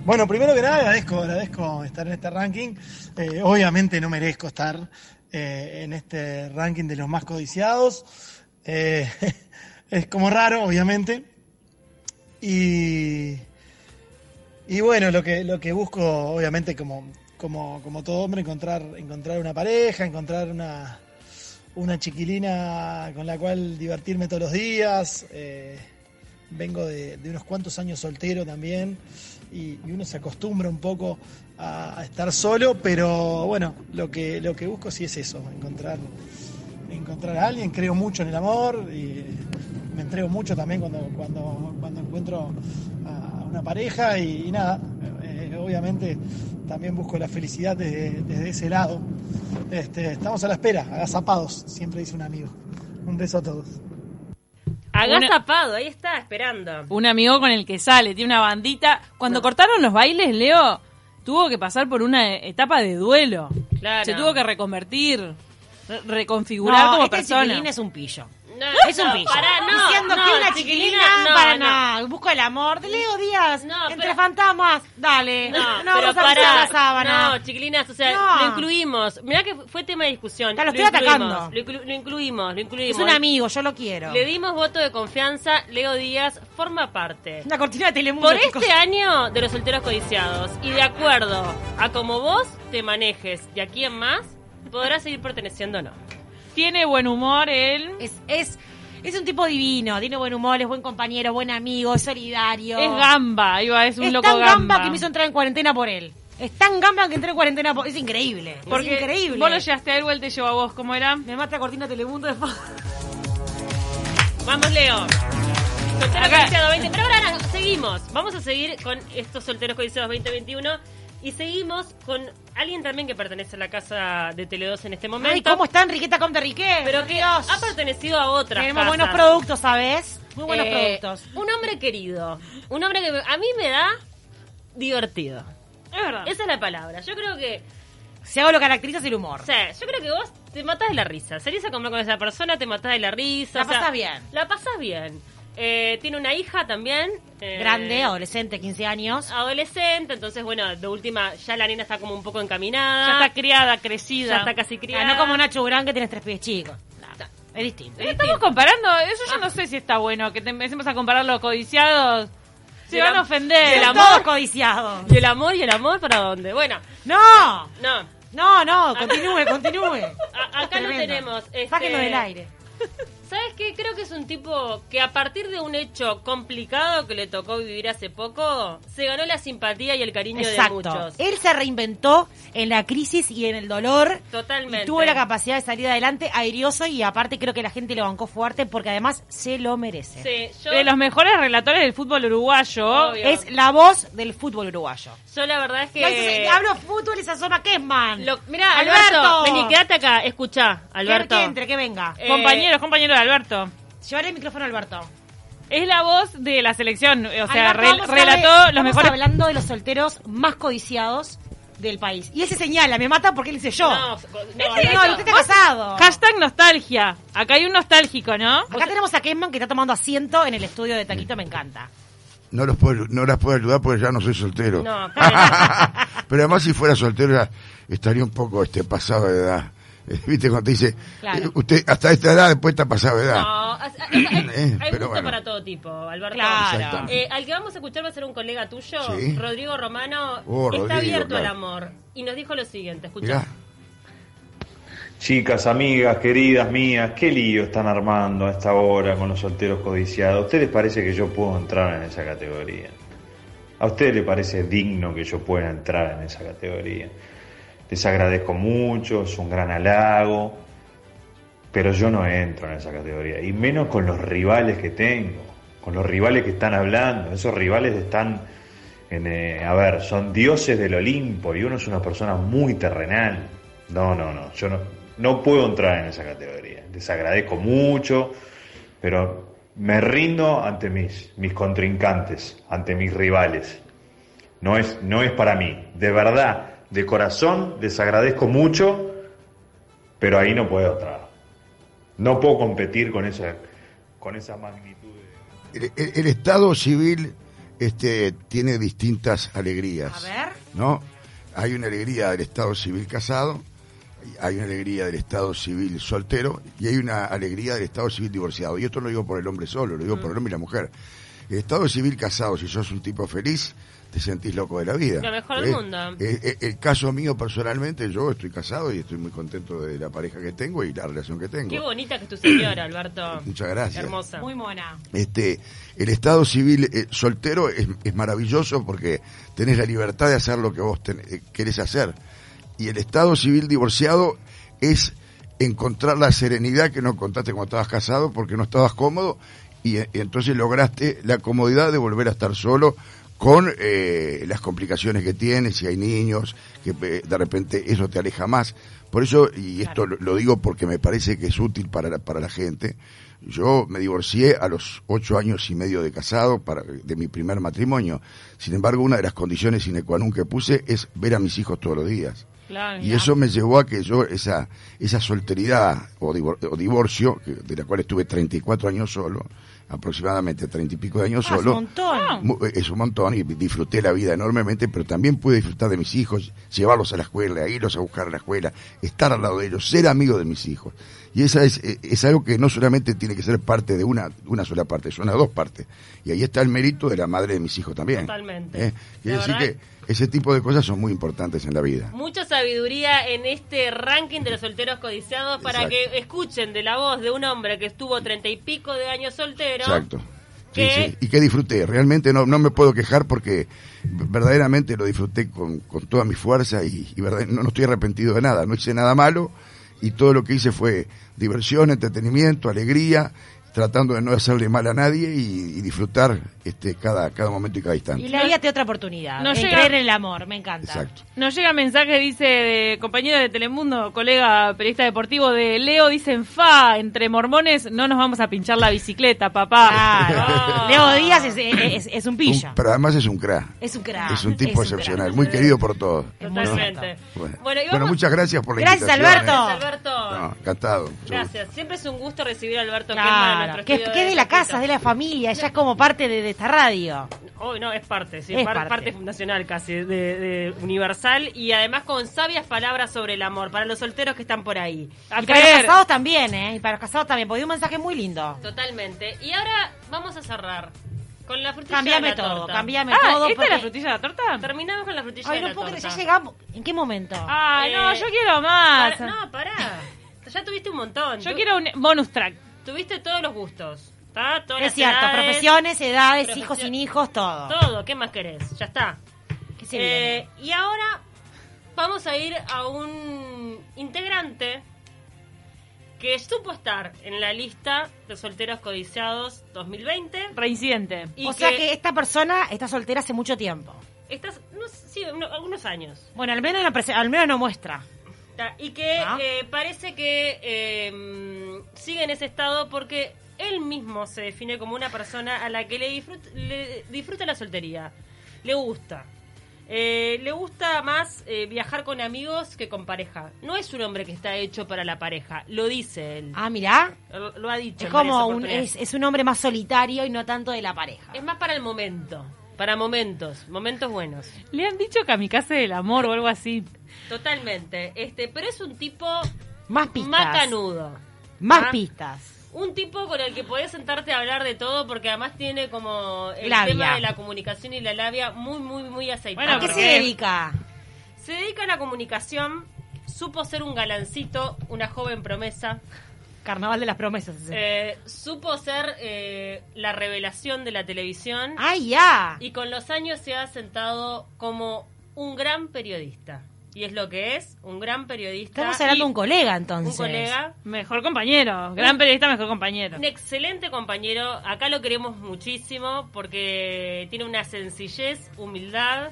[SPEAKER 6] Bueno, primero que nada agradezco, agradezco estar en este ranking. Eh, obviamente no merezco estar eh, en este ranking de los más codiciados. Eh, es como raro, obviamente. Y, y bueno, lo que, lo que busco, obviamente, como, como, como todo hombre, encontrar, encontrar una pareja, encontrar una, una chiquilina con la cual divertirme todos los días. Eh, vengo de, de unos cuantos años soltero también y, y uno se acostumbra un poco a, a estar solo, pero bueno, lo que, lo que busco sí es eso, encontrar, encontrar a alguien, creo mucho en el amor y me entrego mucho también cuando, cuando, cuando encuentro a una pareja y, y nada, eh, obviamente también busco la felicidad desde, desde ese lado. Este, estamos a la espera, agazapados, siempre dice un amigo. Un beso a todos.
[SPEAKER 1] Agazapado, ahí está, esperando.
[SPEAKER 3] Un amigo con el que sale, tiene una bandita. Cuando cortaron los bailes, Leo tuvo que pasar por una etapa de duelo.
[SPEAKER 1] Claro.
[SPEAKER 3] Se tuvo que reconvertir, re- reconfigurar
[SPEAKER 2] No,
[SPEAKER 3] como
[SPEAKER 2] este
[SPEAKER 3] persona.
[SPEAKER 2] chiquilín es un pillo.
[SPEAKER 1] No,
[SPEAKER 2] Es un
[SPEAKER 1] no,
[SPEAKER 2] pillo.
[SPEAKER 1] pará, no,
[SPEAKER 2] Diciendo
[SPEAKER 1] no,
[SPEAKER 2] que una
[SPEAKER 1] chiquilina,
[SPEAKER 2] chiquilina,
[SPEAKER 1] no,
[SPEAKER 2] para
[SPEAKER 1] no.
[SPEAKER 2] nada. Busco el amor de Leo Díaz.
[SPEAKER 1] No,
[SPEAKER 2] entre
[SPEAKER 1] pero-
[SPEAKER 2] fantasmas. Dale.
[SPEAKER 1] No,
[SPEAKER 2] No,
[SPEAKER 1] pero
[SPEAKER 2] vamos a besar
[SPEAKER 1] pará.
[SPEAKER 2] la sábana.
[SPEAKER 1] No, chiquilinas, o sea,
[SPEAKER 2] No.
[SPEAKER 1] lo incluimos. Mirá que fue tema de discusión.
[SPEAKER 2] Ya lo estoy
[SPEAKER 1] incluimos,
[SPEAKER 2] atacando.
[SPEAKER 1] Lo, inclu- lo incluimos, lo
[SPEAKER 2] es
[SPEAKER 1] incluimos.
[SPEAKER 2] un amigo, yo lo quiero.
[SPEAKER 1] Le dimos voto de confianza, Leo Díaz forma parte.
[SPEAKER 2] Una cortina de Telemundo.
[SPEAKER 1] Por
[SPEAKER 2] chicos.
[SPEAKER 1] este año de los solteros codiciados. Y de acuerdo a como vos te manejes y a quién más, podrás seguir perteneciendo o no.
[SPEAKER 3] Tiene buen humor él.
[SPEAKER 2] Es, es, es un tipo divino. Tiene buen humor, es buen compañero, buen amigo, es solidario.
[SPEAKER 3] Es gamba, iba, es un
[SPEAKER 2] Es
[SPEAKER 3] loco
[SPEAKER 2] tan
[SPEAKER 3] gamba.
[SPEAKER 2] gamba que me hizo entrar en cuarentena por él. Es tan gamba que entré en cuarentena por Es increíble.
[SPEAKER 3] Porque
[SPEAKER 2] es increíble.
[SPEAKER 3] Vos lo llevaste a él, o él te llevó a vos, ¿cómo era?
[SPEAKER 2] Me mata cortina Telemundo de fondo.
[SPEAKER 1] Vamos, Leo. Solteros
[SPEAKER 3] Acá.
[SPEAKER 1] codiciados 20. Pero ahora ahora, seguimos. Vamos a seguir con estos solteros codiciados 2021. Y seguimos con alguien también que pertenece a la casa de Tele2 en este momento.
[SPEAKER 2] Ay, ¿cómo está Enriqueta Comte Riquet?
[SPEAKER 1] Pero que
[SPEAKER 2] Dios.
[SPEAKER 1] ha pertenecido a otras
[SPEAKER 2] Tenemos
[SPEAKER 1] casas.
[SPEAKER 2] buenos productos, ¿sabes? Muy buenos
[SPEAKER 1] Eh,
[SPEAKER 2] productos.
[SPEAKER 1] Un hombre querido. Un hombre que a mí me da divertido.
[SPEAKER 3] Es verdad.
[SPEAKER 1] Esa es la palabra. Yo creo que
[SPEAKER 2] Si hago lo caracteriza es el humor.
[SPEAKER 1] O sea, yo creo que vos te matás de la risa. Salís a comer con esa persona, te matás de la risa.
[SPEAKER 2] La
[SPEAKER 1] o sea,
[SPEAKER 2] pasás bien.
[SPEAKER 1] La pasás bien. Eh, tiene una hija también. eh,
[SPEAKER 2] Grande, adolescente, 15
[SPEAKER 3] Ah,
[SPEAKER 2] años.
[SPEAKER 1] Adolescente, entonces, bueno, de última, ya la nena está como un poco encaminada.
[SPEAKER 3] Ya está criada,
[SPEAKER 1] Ya
[SPEAKER 3] crecida.
[SPEAKER 1] está casi criada.
[SPEAKER 2] Ah, no como Nacho Gran que tienes tres pies chicos. No, es distinto.
[SPEAKER 3] Eh, Estamos comparando, eso yo no sé si está bueno, que te empecemos a comparar los codiciados. Se
[SPEAKER 1] Del
[SPEAKER 3] van a
[SPEAKER 1] am-
[SPEAKER 3] ofender.
[SPEAKER 1] del
[SPEAKER 2] Son
[SPEAKER 1] amor.
[SPEAKER 2] todos codiciados.
[SPEAKER 1] ¿Y el amor? ¿Y el amor para dónde? Bueno,
[SPEAKER 2] No,
[SPEAKER 1] no.
[SPEAKER 2] no, no, continúe, continúe.
[SPEAKER 1] A- acá lo
[SPEAKER 2] Tremendo.
[SPEAKER 1] tenemos, este-
[SPEAKER 2] Sáquenlo del aire.
[SPEAKER 1] ¿Sabes qué? Creo que es un tipo que a partir de un hecho complicado que le tocó vivir hace poco, se ganó la simpatía y el cariño de
[SPEAKER 2] Exacto.
[SPEAKER 1] muchos.
[SPEAKER 2] Él se reinventó en la crisis y en el dolor.
[SPEAKER 1] Totalmente.
[SPEAKER 2] Y tuvo la capacidad de salir adelante airioso y aparte creo que la gente lo bancó fuerte porque además se lo merece.
[SPEAKER 1] Sí, yo...
[SPEAKER 2] Eh,
[SPEAKER 3] De los mejores relatores del fútbol uruguayo.
[SPEAKER 1] Obvio.
[SPEAKER 2] Es la voz del fútbol uruguayo.
[SPEAKER 1] Yo la verdad es que...
[SPEAKER 2] No, eso es- hablo fútbol esa zona que es man.
[SPEAKER 1] Lo- mirá, Alberto, vení, quédate acá, escuchá,
[SPEAKER 2] Alberto.
[SPEAKER 1] Alberto.
[SPEAKER 2] Que, entre, que venga.
[SPEAKER 1] Eh,
[SPEAKER 3] Compañeros, compañeros de Alberto.
[SPEAKER 2] Llevaré el micrófono a Alberto.
[SPEAKER 3] Es la voz de la selección, o sea,
[SPEAKER 2] Alberto,
[SPEAKER 3] re-
[SPEAKER 2] vamos a hablar de-
[SPEAKER 3] relató los
[SPEAKER 2] vamos
[SPEAKER 3] mejores.
[SPEAKER 2] hablando de los solteros más codiciados del país. Y ese señala, me mata porque él dice yo.
[SPEAKER 1] No,
[SPEAKER 2] Este,
[SPEAKER 1] no,
[SPEAKER 2] no,
[SPEAKER 1] Alberto.
[SPEAKER 2] usted está casado.
[SPEAKER 3] Hashtag nostalgia. Acá hay un nostálgico, ¿no?
[SPEAKER 2] Acá tenemos a Kesman que está tomando asiento en el estudio de Taquito, me encanta.
[SPEAKER 7] No, los puedo, no las puedo ayudar porque ya no soy soltero.
[SPEAKER 1] No,
[SPEAKER 7] Pero además si fuera soltero ya estaría un poco este pasado de edad. Eh, Viste cuando te dice,
[SPEAKER 2] Claro.
[SPEAKER 7] eh, usted hasta esta edad después está pasado de edad.
[SPEAKER 1] No, as- a- hay, hay-
[SPEAKER 7] Ah. Eh, pero
[SPEAKER 1] hay gusto
[SPEAKER 7] bueno.
[SPEAKER 1] para todo tipo, Alberto.
[SPEAKER 2] Claro.
[SPEAKER 7] Exactamente.
[SPEAKER 1] Eh, al que vamos a escuchar va a ser un colega tuyo,
[SPEAKER 7] Sí.
[SPEAKER 1] Rodrigo Romano.
[SPEAKER 7] Oh,
[SPEAKER 1] está
[SPEAKER 7] Rodrigo,
[SPEAKER 1] abierto
[SPEAKER 7] claro.
[SPEAKER 1] al amor. Y nos dijo lo siguiente, escuchá.
[SPEAKER 7] Mirá,
[SPEAKER 8] Chicas, amigas, queridas mías, qué lío están armando a esta hora con los solteros codiciados. ¿A ustedes parece que yo puedo entrar en esa categoría? ¿A ustedes les parece digno que yo pueda entrar en esa categoría? Les agradezco mucho, es un gran halago, pero yo no entro en esa categoría, y menos con los rivales que tengo, con los rivales que están hablando, esos rivales están, en, eh, a ver, son dioses del Olimpo y uno es una persona muy terrenal. No, no, no, yo no, no puedo entrar en esa categoría, les agradezco mucho, pero me rindo ante mis, mis contrincantes, ante mis rivales. No es, no es para mí, de verdad, de corazón, les agradezco mucho, pero ahí no puedo entrar. No puedo competir con esa, con esa magnitud. de-
[SPEAKER 7] el, el- el Estado civil este, tiene distintas alegrías.
[SPEAKER 2] A ver.
[SPEAKER 7] ¿no? Hay una alegría del Estado civil casado, hay una alegría del Estado civil soltero y hay una alegría del Estado civil divorciado. Y esto no lo digo por el hombre solo, lo digo
[SPEAKER 1] Mm.
[SPEAKER 7] por el hombre y la mujer. El Estado civil casado, si sos un tipo feliz, te sentís loco de la vida.
[SPEAKER 1] Lo mejor del
[SPEAKER 7] Eh,
[SPEAKER 1] mundo.
[SPEAKER 7] eh, eh, el caso mío personalmente, yo estoy casado y estoy muy contento de la pareja que tengo y la relación que tengo.
[SPEAKER 1] Qué bonita que es tu señora, Alberto.
[SPEAKER 7] Muchas gracias
[SPEAKER 1] Hermosa.
[SPEAKER 2] Muy mona.
[SPEAKER 7] este el estado civil eh, soltero es, es maravilloso porque tenés la libertad de hacer lo que vos ten- eh, querés hacer y el estado civil divorciado es encontrar la serenidad que no encontraste cuando estabas casado porque no estabas cómodo y, eh, entonces lograste la comodidad de volver a estar solo con eh, las complicaciones que tiene, si hay niños, que eh, de repente eso te aleja más. Por eso, y esto lo, lo digo porque me parece que es útil para la, para la gente, yo me divorcié a los ocho años y medio de casado para, de mi primer matrimonio. Sin embargo, una de las condiciones sine qua non que puse es ver a mis hijos todos los días.
[SPEAKER 3] Claro,
[SPEAKER 7] Y eso me llevó a que yo, esa, esa solteridad o, divor- o divorcio, que- de la cual estuve 34 años solo, aproximadamente 30 y pico de años
[SPEAKER 2] Ah, es un
[SPEAKER 7] solo,
[SPEAKER 2] montón.
[SPEAKER 7] mu- eh, es un montón y disfruté la vida enormemente, pero también pude disfrutar de mis hijos, llevarlos a la escuela, irlos a buscar a la escuela, estar al lado de ellos, ser amigo de mis hijos. Y esa es, eh, es algo que no solamente tiene que ser parte de una, una sola parte, son las dos partes. Y ahí está el mérito de la madre de mis hijos también.
[SPEAKER 1] Totalmente.
[SPEAKER 7] ¿eh? Quiere
[SPEAKER 1] La
[SPEAKER 7] decir
[SPEAKER 1] verdad-
[SPEAKER 7] que ese tipo de cosas son muy importantes en la vida.
[SPEAKER 1] Mucha sabiduría en este ranking de los solteros codiciados para
[SPEAKER 7] Exacto.
[SPEAKER 1] que escuchen de la voz de un hombre que estuvo treinta y pico de años soltero.
[SPEAKER 7] Exacto. Sí,
[SPEAKER 1] que-
[SPEAKER 7] sí. Y que disfruté, realmente no, no me puedo quejar porque verdaderamente lo disfruté con, con toda mi fuerza y, y verdad- no, no estoy arrepentido de nada, no hice nada malo y todo lo que hice fue diversión, entretenimiento, alegría, tratando de no hacerle mal a nadie y, y disfrutar este cada, cada momento y cada
[SPEAKER 2] Y
[SPEAKER 7] instante.
[SPEAKER 2] la vida te da otra oportunidad.
[SPEAKER 3] No
[SPEAKER 2] en
[SPEAKER 3] llega-
[SPEAKER 2] creer en el amor, me encanta.
[SPEAKER 7] Exacto.
[SPEAKER 3] Nos llega mensaje, dice, de compañero de Telemundo, colega periodista deportivo de Leo, dicen, fa, entre mormones no nos vamos a pinchar la bicicleta, papá.
[SPEAKER 2] Claro.
[SPEAKER 3] Ah.
[SPEAKER 2] Leo Díaz es, es- es un
[SPEAKER 7] Un-
[SPEAKER 2] pilla.
[SPEAKER 7] pero además es un crack,
[SPEAKER 2] es un crack.
[SPEAKER 7] es un tipo
[SPEAKER 2] crack.
[SPEAKER 7] excepcional, muy querido por todos.
[SPEAKER 1] Totalmente.
[SPEAKER 7] Bueno,
[SPEAKER 1] Bueno, y
[SPEAKER 7] Bueno,
[SPEAKER 1] vamos-
[SPEAKER 7] muchas gracias por la
[SPEAKER 2] Gracias,
[SPEAKER 7] invitación,
[SPEAKER 2] Alberto.
[SPEAKER 7] ¿eh?
[SPEAKER 1] Gracias, Alberto.
[SPEAKER 7] No, encantado. mucho gusto.
[SPEAKER 1] Gracias. Siempre es un gusto recibir a Alberto Kelman en
[SPEAKER 2] Claro,
[SPEAKER 1] nuestro
[SPEAKER 2] que,
[SPEAKER 1] estudio
[SPEAKER 2] que es de la casa, es
[SPEAKER 1] Tepito.
[SPEAKER 2] de la familia, ya es como parte de, de esta radio.
[SPEAKER 1] Hoy no, es parte, sí,
[SPEAKER 2] Es
[SPEAKER 1] par-
[SPEAKER 2] parte.
[SPEAKER 1] parte. fundacional casi, de, de Universal y además con sabias palabras sobre el amor para los solteros que están por ahí.
[SPEAKER 3] A
[SPEAKER 2] Y para los
[SPEAKER 3] creer.
[SPEAKER 2] casados también, ¿eh? Y para los casados también, porque dio un mensaje muy lindo.
[SPEAKER 1] Totalmente. Y ahora vamos a cerrar con la frutilla
[SPEAKER 2] Cambiame
[SPEAKER 1] de la
[SPEAKER 2] todo,
[SPEAKER 1] torta.
[SPEAKER 2] cambiame
[SPEAKER 3] Ah,
[SPEAKER 2] todo.
[SPEAKER 3] ¿esta es la
[SPEAKER 2] porque-
[SPEAKER 3] frutilla de la torta?
[SPEAKER 1] Terminamos con la frutilla
[SPEAKER 2] Ay,
[SPEAKER 1] de
[SPEAKER 2] no
[SPEAKER 1] la
[SPEAKER 2] puedo creer,
[SPEAKER 1] torta.
[SPEAKER 2] ya llegamos. ¿En qué momento?
[SPEAKER 3] Ah, no,
[SPEAKER 1] Eh,
[SPEAKER 3] yo quiero más.
[SPEAKER 1] Pará- no, pará. Ya tuviste un montón.
[SPEAKER 3] yo
[SPEAKER 1] Tu-
[SPEAKER 3] quiero un bonus track.
[SPEAKER 1] Tuviste todos los gustos. ¿Está? Todas
[SPEAKER 2] es
[SPEAKER 1] las
[SPEAKER 2] cierto,
[SPEAKER 1] edades,
[SPEAKER 2] profesiones, edades,
[SPEAKER 1] profesio-
[SPEAKER 2] hijos sin hijos, todo.
[SPEAKER 1] Todo, ¿qué más querés? Ya está.
[SPEAKER 2] ¿Qué se
[SPEAKER 1] Eh, y ahora vamos a ir a un integrante que supo estar en la lista de solteros codiciados 2020.
[SPEAKER 3] Reincidente.
[SPEAKER 1] Y
[SPEAKER 2] viene? O sea que esta persona está soltera hace mucho tiempo.
[SPEAKER 1] estás, no sé, sí, uno- algunos años.
[SPEAKER 2] Bueno, al menos no, prese- al menos no muestra.
[SPEAKER 1] Ta- Y que
[SPEAKER 2] Ah.
[SPEAKER 1] eh, parece que eh, sigue en ese estado porque él mismo se define como una persona a la que le, disfrut- le disfruta la soltería. Le gusta. Eh, le gusta más eh, viajar con amigos que con pareja. No es un hombre que está hecho para la pareja. Lo dice él.
[SPEAKER 2] Ah, mirá.
[SPEAKER 1] Lo- Lo ha dicho.
[SPEAKER 2] Es
[SPEAKER 1] en varias
[SPEAKER 2] como un,
[SPEAKER 1] oportunidades. Eh,
[SPEAKER 2] es, es un hombre más solitario y no tanto de la pareja.
[SPEAKER 1] es más para el momento. Para momentos. Momentos buenos.
[SPEAKER 3] Le han dicho kamikaze del amor o algo así.
[SPEAKER 1] Totalmente. Este, pero es un tipo
[SPEAKER 2] Más pistas.
[SPEAKER 1] macanudo.
[SPEAKER 2] Más
[SPEAKER 1] Ah.
[SPEAKER 2] pistas.
[SPEAKER 1] Un tipo con el que podés sentarte a hablar de todo porque además tiene como el
[SPEAKER 2] Labia.
[SPEAKER 1] tema de la comunicación y la labia muy, muy, muy aceitada.
[SPEAKER 3] Bueno,
[SPEAKER 2] ¿A qué
[SPEAKER 3] pero
[SPEAKER 2] se
[SPEAKER 3] porque-
[SPEAKER 2] dedica?
[SPEAKER 1] Se dedica a la comunicación, supo ser un galancito, una joven promesa,
[SPEAKER 2] Carnaval de las promesas. ese.
[SPEAKER 1] eh, supo ser eh, la revelación de la televisión
[SPEAKER 2] ¡Ay, ya!
[SPEAKER 1] y con los años se ha sentado como un gran periodista. Y es lo que es, un gran periodista.
[SPEAKER 2] Estamos hablando
[SPEAKER 1] y
[SPEAKER 2] de un colega,
[SPEAKER 1] un
[SPEAKER 2] entonces.
[SPEAKER 1] colega.
[SPEAKER 3] Mejor compañero. Gran periodista, mejor compañero.
[SPEAKER 1] Un excelente compañero, acá lo queremos muchísimo porque tiene una sencillez, humildad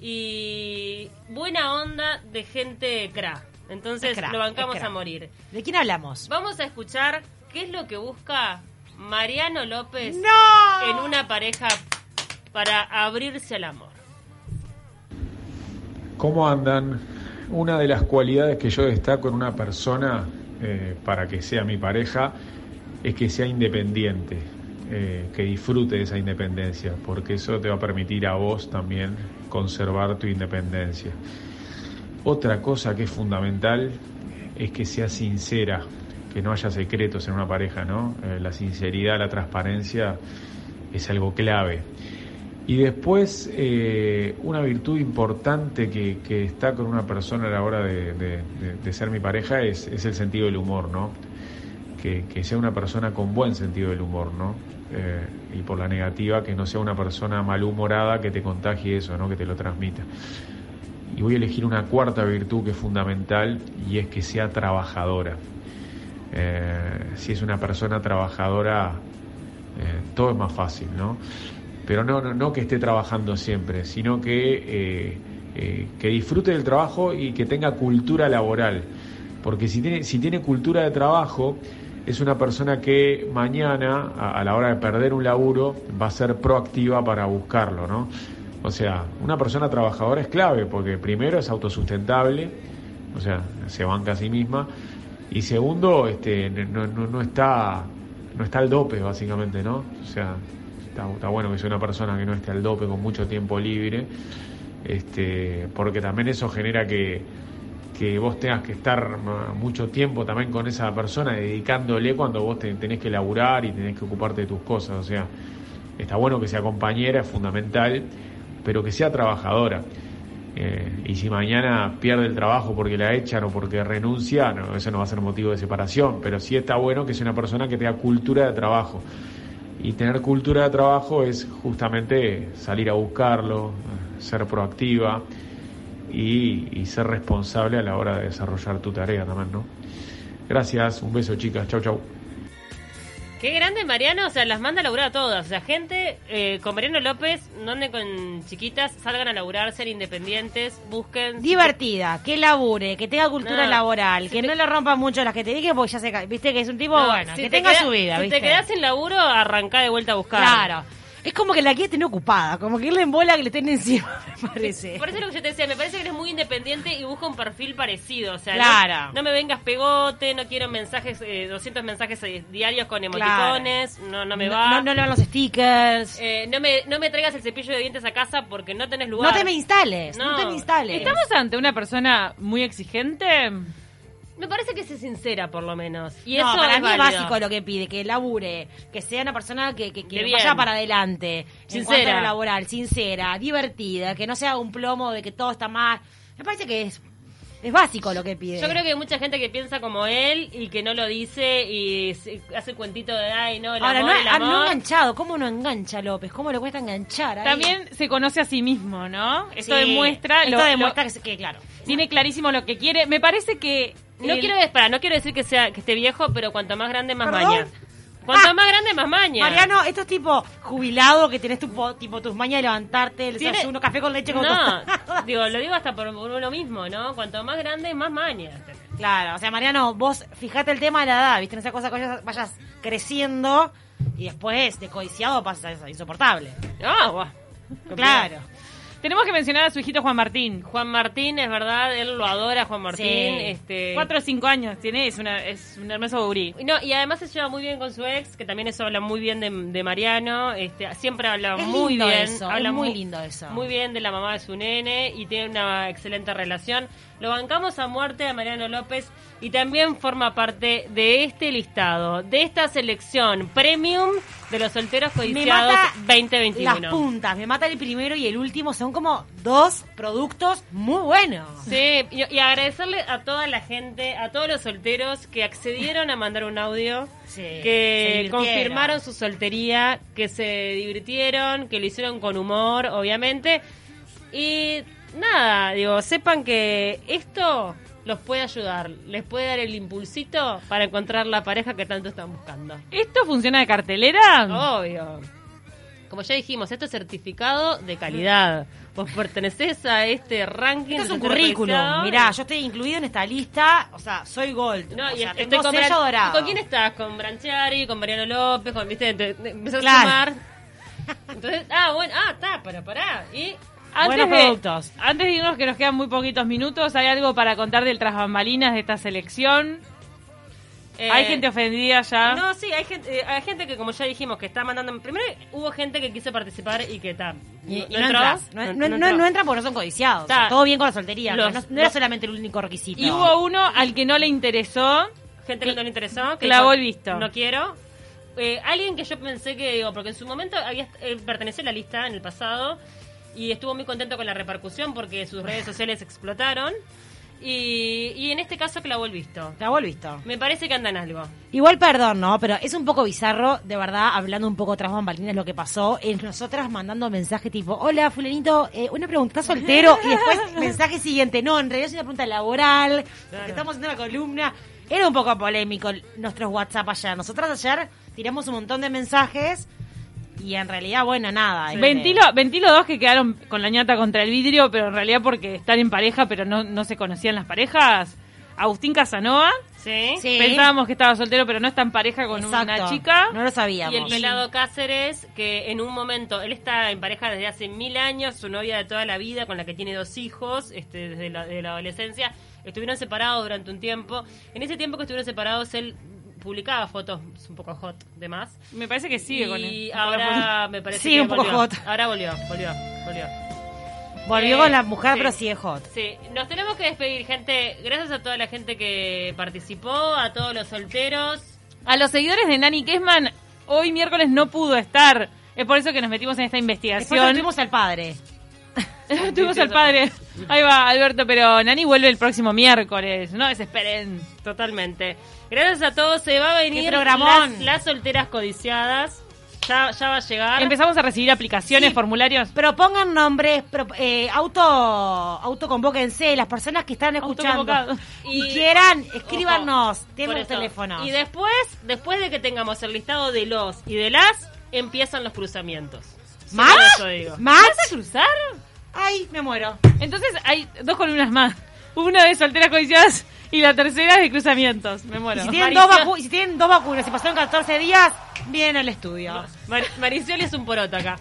[SPEAKER 1] y buena onda de gente cra. Entonces
[SPEAKER 2] Es cra,
[SPEAKER 1] lo bancamos
[SPEAKER 2] es cra.
[SPEAKER 1] a morir.
[SPEAKER 2] ¿De quién hablamos?
[SPEAKER 1] Vamos a escuchar qué es lo que busca Mariano López
[SPEAKER 2] ¡No!
[SPEAKER 1] en una pareja para abrirse al amor.
[SPEAKER 9] ¿Cómo andan? Una de las cualidades que yo destaco en una persona eh, para que sea mi pareja es que sea independiente, eh, que disfrute de esa independencia, porque eso te va a permitir a vos también conservar tu independencia. Otra cosa que es fundamental es que sea sincera, que no haya secretos en una pareja, ¿no? Eh, la sinceridad, la transparencia es algo clave. Y después, eh, una virtud importante que, que está con una persona a la hora de, de- de- de ser mi pareja es, es el sentido del humor, ¿no? Que, que sea una persona con buen sentido del humor, ¿no? Eh, y por la negativa, que no sea una persona malhumorada que te contagie eso, ¿no? Que te lo transmita. Y voy a elegir una cuarta virtud que es fundamental y es que sea trabajadora. Eh, si es una persona trabajadora, eh, todo es más fácil, ¿no? Pero no, no, no que esté trabajando siempre, sino que, eh, eh, que disfrute del trabajo y que tenga cultura laboral. Porque si tiene, si tiene cultura de trabajo, es una persona que mañana, a, a la hora de perder un laburo, va a ser proactiva para buscarlo, ¿no? O sea, una persona trabajadora es clave, porque primero es autosustentable, o sea, se banca a sí misma. Y segundo, este, no, no, no está no está al dope, básicamente, ¿no? O sea, está, está bueno que sea una persona que no esté al dope con mucho tiempo libre, este, porque también eso genera que, que vos tengas que estar ma- mucho tiempo también con esa persona, dedicándole cuando vos te- tenés que laburar y tenés que ocuparte de tus cosas. O sea, está bueno que sea compañera, es fundamental, pero que sea trabajadora. Eh, y si mañana pierde el trabajo porque la echan o porque renuncia, no, eso no va a ser motivo de separación, pero sí está bueno que sea una persona que tenga cultura de trabajo. Y tener cultura de trabajo es justamente salir a buscarlo, eh, ser proactiva y, y ser responsable a la hora de desarrollar tu tarea también, ¿no? Gracias, un beso chicas, chau chau.
[SPEAKER 1] Qué grande Mariano, o sea, las manda a laburar a todas. O sea, gente, eh, con Mariano López, no anden con chiquitas, salgan a laburar, sean independientes, busquen...
[SPEAKER 2] Divertida, que labure, que tenga cultura
[SPEAKER 1] No,
[SPEAKER 2] laboral,
[SPEAKER 1] si
[SPEAKER 2] que
[SPEAKER 1] te-
[SPEAKER 2] no le rompa mucho las que te dije, porque ya se ca- viste que es un tipo
[SPEAKER 1] No,
[SPEAKER 2] bueno,
[SPEAKER 1] si
[SPEAKER 2] que
[SPEAKER 1] te
[SPEAKER 2] tenga
[SPEAKER 1] queda-
[SPEAKER 2] su vida,
[SPEAKER 1] Si
[SPEAKER 2] ¿viste?
[SPEAKER 1] te quedás en laburo, arrancá de vuelta a buscar.
[SPEAKER 2] Claro. Es como que la quiere tener ocupada, como que irle en bola que le estén encima, me parece.
[SPEAKER 1] Por eso es lo que yo te decía, me parece que eres muy independiente y busca un perfil parecido. O sea, no-
[SPEAKER 2] Claro.
[SPEAKER 1] no, me vengas pegote, no quiero mensajes, eh, 200 mensajes eh, diarios con emoticones, no, no me va.
[SPEAKER 2] No, no le van los stickers.
[SPEAKER 1] Eh, no me, no me traigas el cepillo de dientes a casa porque no tenés lugar.
[SPEAKER 2] No te me instales, no,
[SPEAKER 1] No.
[SPEAKER 2] te me instales.
[SPEAKER 3] ¿Estamos ante una persona muy exigente?
[SPEAKER 1] Me parece que se sincera por lo menos. Y
[SPEAKER 2] No,
[SPEAKER 1] eso
[SPEAKER 2] para
[SPEAKER 1] es
[SPEAKER 2] mí es
[SPEAKER 1] válido.
[SPEAKER 2] básico lo que pide, que labure, que sea una persona que, que, que
[SPEAKER 1] De bien.
[SPEAKER 2] vaya para adelante, en
[SPEAKER 1] Sincera.
[SPEAKER 2] cuanto a lo laboral, sincera, divertida, que no sea un plomo de que todo está mal. Me parece que es, es básico lo que pide.
[SPEAKER 1] Yo creo que hay mucha gente que piensa como él y que no lo dice y se- hace el cuentito de ay no, el
[SPEAKER 2] Ahora,
[SPEAKER 1] amor,
[SPEAKER 2] no,
[SPEAKER 1] el
[SPEAKER 2] ah, no
[SPEAKER 1] amor".
[SPEAKER 2] enganchado, ¿cómo no engancha López? ¿Cómo le cuesta enganchar? ahí?
[SPEAKER 3] También se conoce a sí mismo, ¿no? Esto
[SPEAKER 2] Sí,
[SPEAKER 3] demuestra,
[SPEAKER 2] esto
[SPEAKER 3] lo-
[SPEAKER 2] demuestra
[SPEAKER 3] lo-
[SPEAKER 2] que, se- que, claro.
[SPEAKER 3] tiene clarísimo lo que quiere. Me parece que
[SPEAKER 1] No
[SPEAKER 3] el-
[SPEAKER 1] quiero para, no quiero decir que sea que esté viejo, pero cuanto más grande más
[SPEAKER 2] ¿Perdón?
[SPEAKER 1] maña. Cuanto
[SPEAKER 2] Ah.
[SPEAKER 1] más grande más maña.
[SPEAKER 2] Mariano, esto es tipo jubilado que tenés tu, po- tipo, tus mañas de levantarte, el
[SPEAKER 1] Tiene-
[SPEAKER 2] desayuno, café con leche con
[SPEAKER 1] no,
[SPEAKER 2] tostada.
[SPEAKER 1] digo, lo digo hasta por por uno mismo, ¿no? Cuanto más grande más maña.
[SPEAKER 2] Claro, o sea, Mariano, vos fijate el tema de la edad, ¿viste? En esa cosa que vayas, vayas creciendo y después de codiciado pasas a eso, insoportable.
[SPEAKER 1] Ah, guau.
[SPEAKER 2] Claro.
[SPEAKER 3] Tenemos que mencionar a su hijito Juan Martín.
[SPEAKER 1] Juan Martín es verdad, él lo adora Juan Martín,
[SPEAKER 2] Sí.
[SPEAKER 1] este
[SPEAKER 3] Cuatro o cinco años tiene, es, una, es un hermoso gurí.
[SPEAKER 1] No, y además se lleva muy bien con su ex, que también eso habla muy bien de, de Mariano. Este, siempre habla
[SPEAKER 2] Es
[SPEAKER 1] muy
[SPEAKER 2] lindo
[SPEAKER 1] bien.
[SPEAKER 2] eso,
[SPEAKER 1] habla
[SPEAKER 2] es muy lindo eso.
[SPEAKER 1] Muy bien de la mamá de su nene y tiene una excelente relación. Lo bancamos a muerte a Mariano López y también forma parte de este listado, de esta selección premium de los solteros
[SPEAKER 2] Me
[SPEAKER 1] codiciados
[SPEAKER 2] mata
[SPEAKER 1] 2021.
[SPEAKER 2] las puntas, me mata el primero y el último, son como dos productos muy buenos.
[SPEAKER 1] Sí, y, y agradecerle a toda la gente, a todos los solteros que accedieron a mandar un audio,
[SPEAKER 2] Sí, se
[SPEAKER 1] que
[SPEAKER 2] divirtieron.
[SPEAKER 1] confirmaron su soltería, que se divirtieron, que lo hicieron con humor, obviamente. Y nada, digo, sepan que esto los puede ayudar, les puede dar el impulsito para encontrar la pareja que tanto están buscando.
[SPEAKER 3] ¿Esto funciona de
[SPEAKER 2] Mm.
[SPEAKER 3] cartelera?
[SPEAKER 2] Oh,
[SPEAKER 1] Obvio. Como ya dijimos, esto es certificado de calidad. Vos pertenecés a este ranking.
[SPEAKER 2] Esto es
[SPEAKER 1] de
[SPEAKER 2] un
[SPEAKER 1] soltero
[SPEAKER 2] currículum,
[SPEAKER 1] codiciado.
[SPEAKER 2] mirá, yo estoy incluido en esta lista, o sea, soy gold,
[SPEAKER 1] No,
[SPEAKER 2] o
[SPEAKER 1] y
[SPEAKER 2] sea,
[SPEAKER 1] estoy
[SPEAKER 2] tengo
[SPEAKER 1] con
[SPEAKER 2] sello
[SPEAKER 1] Bran-
[SPEAKER 2] dorado.
[SPEAKER 1] ¿Con quién estás? Con Branchiari, con Mariano López, con, viste, te- te- empezás
[SPEAKER 2] Claro.
[SPEAKER 1] a sumar. Entonces, ah, bueno, ah, está, para, pará. Y
[SPEAKER 3] Antes
[SPEAKER 2] Buenos
[SPEAKER 3] de,
[SPEAKER 2] productos.
[SPEAKER 3] antes de irnos, que nos quedan muy poquitos minutos, ¿hay algo para contar del tras bambalinas de esta selección?
[SPEAKER 1] eh,
[SPEAKER 3] ¿Hay gente ofendida ya?
[SPEAKER 1] No, sí, hay gente, eh, hay gente que, como ya dijimos, que está mandando. Primero hubo gente que quiso participar y que está.
[SPEAKER 2] Y- y
[SPEAKER 1] entró.
[SPEAKER 2] no entras. No, no- no- no entran porque no son codiciados. O sea,
[SPEAKER 1] Está.
[SPEAKER 2] todo bien con la soltería.
[SPEAKER 1] Los-
[SPEAKER 2] pero no, no era
[SPEAKER 1] los-
[SPEAKER 2] solamente el único requisito.
[SPEAKER 3] Y hubo uno al que no le interesó.
[SPEAKER 1] Gente que no le interesó. Que
[SPEAKER 3] Clavó
[SPEAKER 1] dijo,
[SPEAKER 3] el visto.
[SPEAKER 1] No quiero. Eh, alguien que yo pensé que, digo, porque en su momento había eh, perteneció a la lista en el pasado y estuvo muy contento con la repercusión porque sus redes sociales explotaron. Y, y en este caso clavó el visto.
[SPEAKER 2] Clavó el visto.
[SPEAKER 1] Me parece que andan algo.
[SPEAKER 2] Igual, perdón, ¿no? Pero es un poco bizarro, de verdad, hablando un poco tras bambalinas, lo que pasó. Es nosotras mandando mensaje tipo, hola, fulanito, eh, una pregunta, ¿estás soltero? Y después, mensaje siguiente, no, en realidad es una pregunta laboral, porque estamos haciendo una columna. Era un poco polémico el- nuestros WhatsApp allá. Nosotras ayer tiramos un montón de mensajes y en realidad, bueno, nada. este,
[SPEAKER 3] Ventilo, ventilo dos que quedaron con la ñata contra el vidrio, pero en realidad porque están en pareja, pero no, no se conocían las parejas. Agustín Casanova.
[SPEAKER 1] ¿Sí?
[SPEAKER 2] Sí.
[SPEAKER 3] Pensábamos que estaba soltero, pero no está en pareja con una
[SPEAKER 2] Exacto.
[SPEAKER 3] chica.
[SPEAKER 2] No lo sabíamos.
[SPEAKER 1] Y el pelado Cáceres, que en un momento, él está en pareja desde hace mil años, su novia de toda la vida, con la que tiene dos hijos, este, desde la, de la adolescencia. Estuvieron separados durante un tiempo. En ese tiempo que estuvieron separados, él publicaba fotos un poco hot de más.
[SPEAKER 3] Me parece que sigue
[SPEAKER 1] y
[SPEAKER 3] con él.
[SPEAKER 1] ahora me parece
[SPEAKER 2] Sigue
[SPEAKER 1] que
[SPEAKER 2] un poco
[SPEAKER 1] volvió.
[SPEAKER 2] hot.
[SPEAKER 1] Ahora volvió, volvió, volvió.
[SPEAKER 2] Volvió
[SPEAKER 1] Eh,
[SPEAKER 2] con la mujer,
[SPEAKER 1] sí.
[SPEAKER 2] pero sí es hot.
[SPEAKER 1] Sí, nos tenemos que despedir, gente. Gracias a toda la gente que participó, a todos los solteros.
[SPEAKER 3] A los seguidores de Nani Kesman, hoy miércoles no pudo estar. Es por eso que nos metimos en esta
[SPEAKER 2] Después nos
[SPEAKER 3] investigación.
[SPEAKER 2] fuimos al padre.
[SPEAKER 3] Tuvimos al padre. Ahí va, Alberto, pero Nani vuelve el próximo miércoles. No desesperen.
[SPEAKER 1] Totalmente. Gracias a todos. Se va a venir
[SPEAKER 3] programón!
[SPEAKER 1] las, las solteras codiciadas. Ya, ya va a llegar.
[SPEAKER 3] Empezamos a recibir aplicaciones,
[SPEAKER 2] Sí.
[SPEAKER 3] formularios.
[SPEAKER 2] Propongan nombres, pro- eh, auto, autoconvóquense, las personas que están escuchando
[SPEAKER 3] Autoconvocados.
[SPEAKER 2] y,
[SPEAKER 1] Y-
[SPEAKER 2] quieran, escríbanos,
[SPEAKER 1] Ojo,
[SPEAKER 2] tienen
[SPEAKER 1] por
[SPEAKER 2] los
[SPEAKER 1] eso.
[SPEAKER 2] teléfonos.
[SPEAKER 1] Y después, después de que tengamos el listado de los y de las, empiezan los cruzamientos. Solo
[SPEAKER 2] ¿Más?
[SPEAKER 1] eso digo.
[SPEAKER 2] ¿Más?
[SPEAKER 3] cruzar?
[SPEAKER 2] Ay, me muero.
[SPEAKER 3] Entonces hay dos columnas más. Una de solteras codiciadas y la tercera de cruzamientos. Me
[SPEAKER 2] Y
[SPEAKER 3] muero.
[SPEAKER 2] si, tienen dos
[SPEAKER 1] Marisol-
[SPEAKER 2] vacu- y si tienen dos vacunas y pasaron 14 días, vienen al estudio.
[SPEAKER 1] Mar- Mariciel es un poroto acá.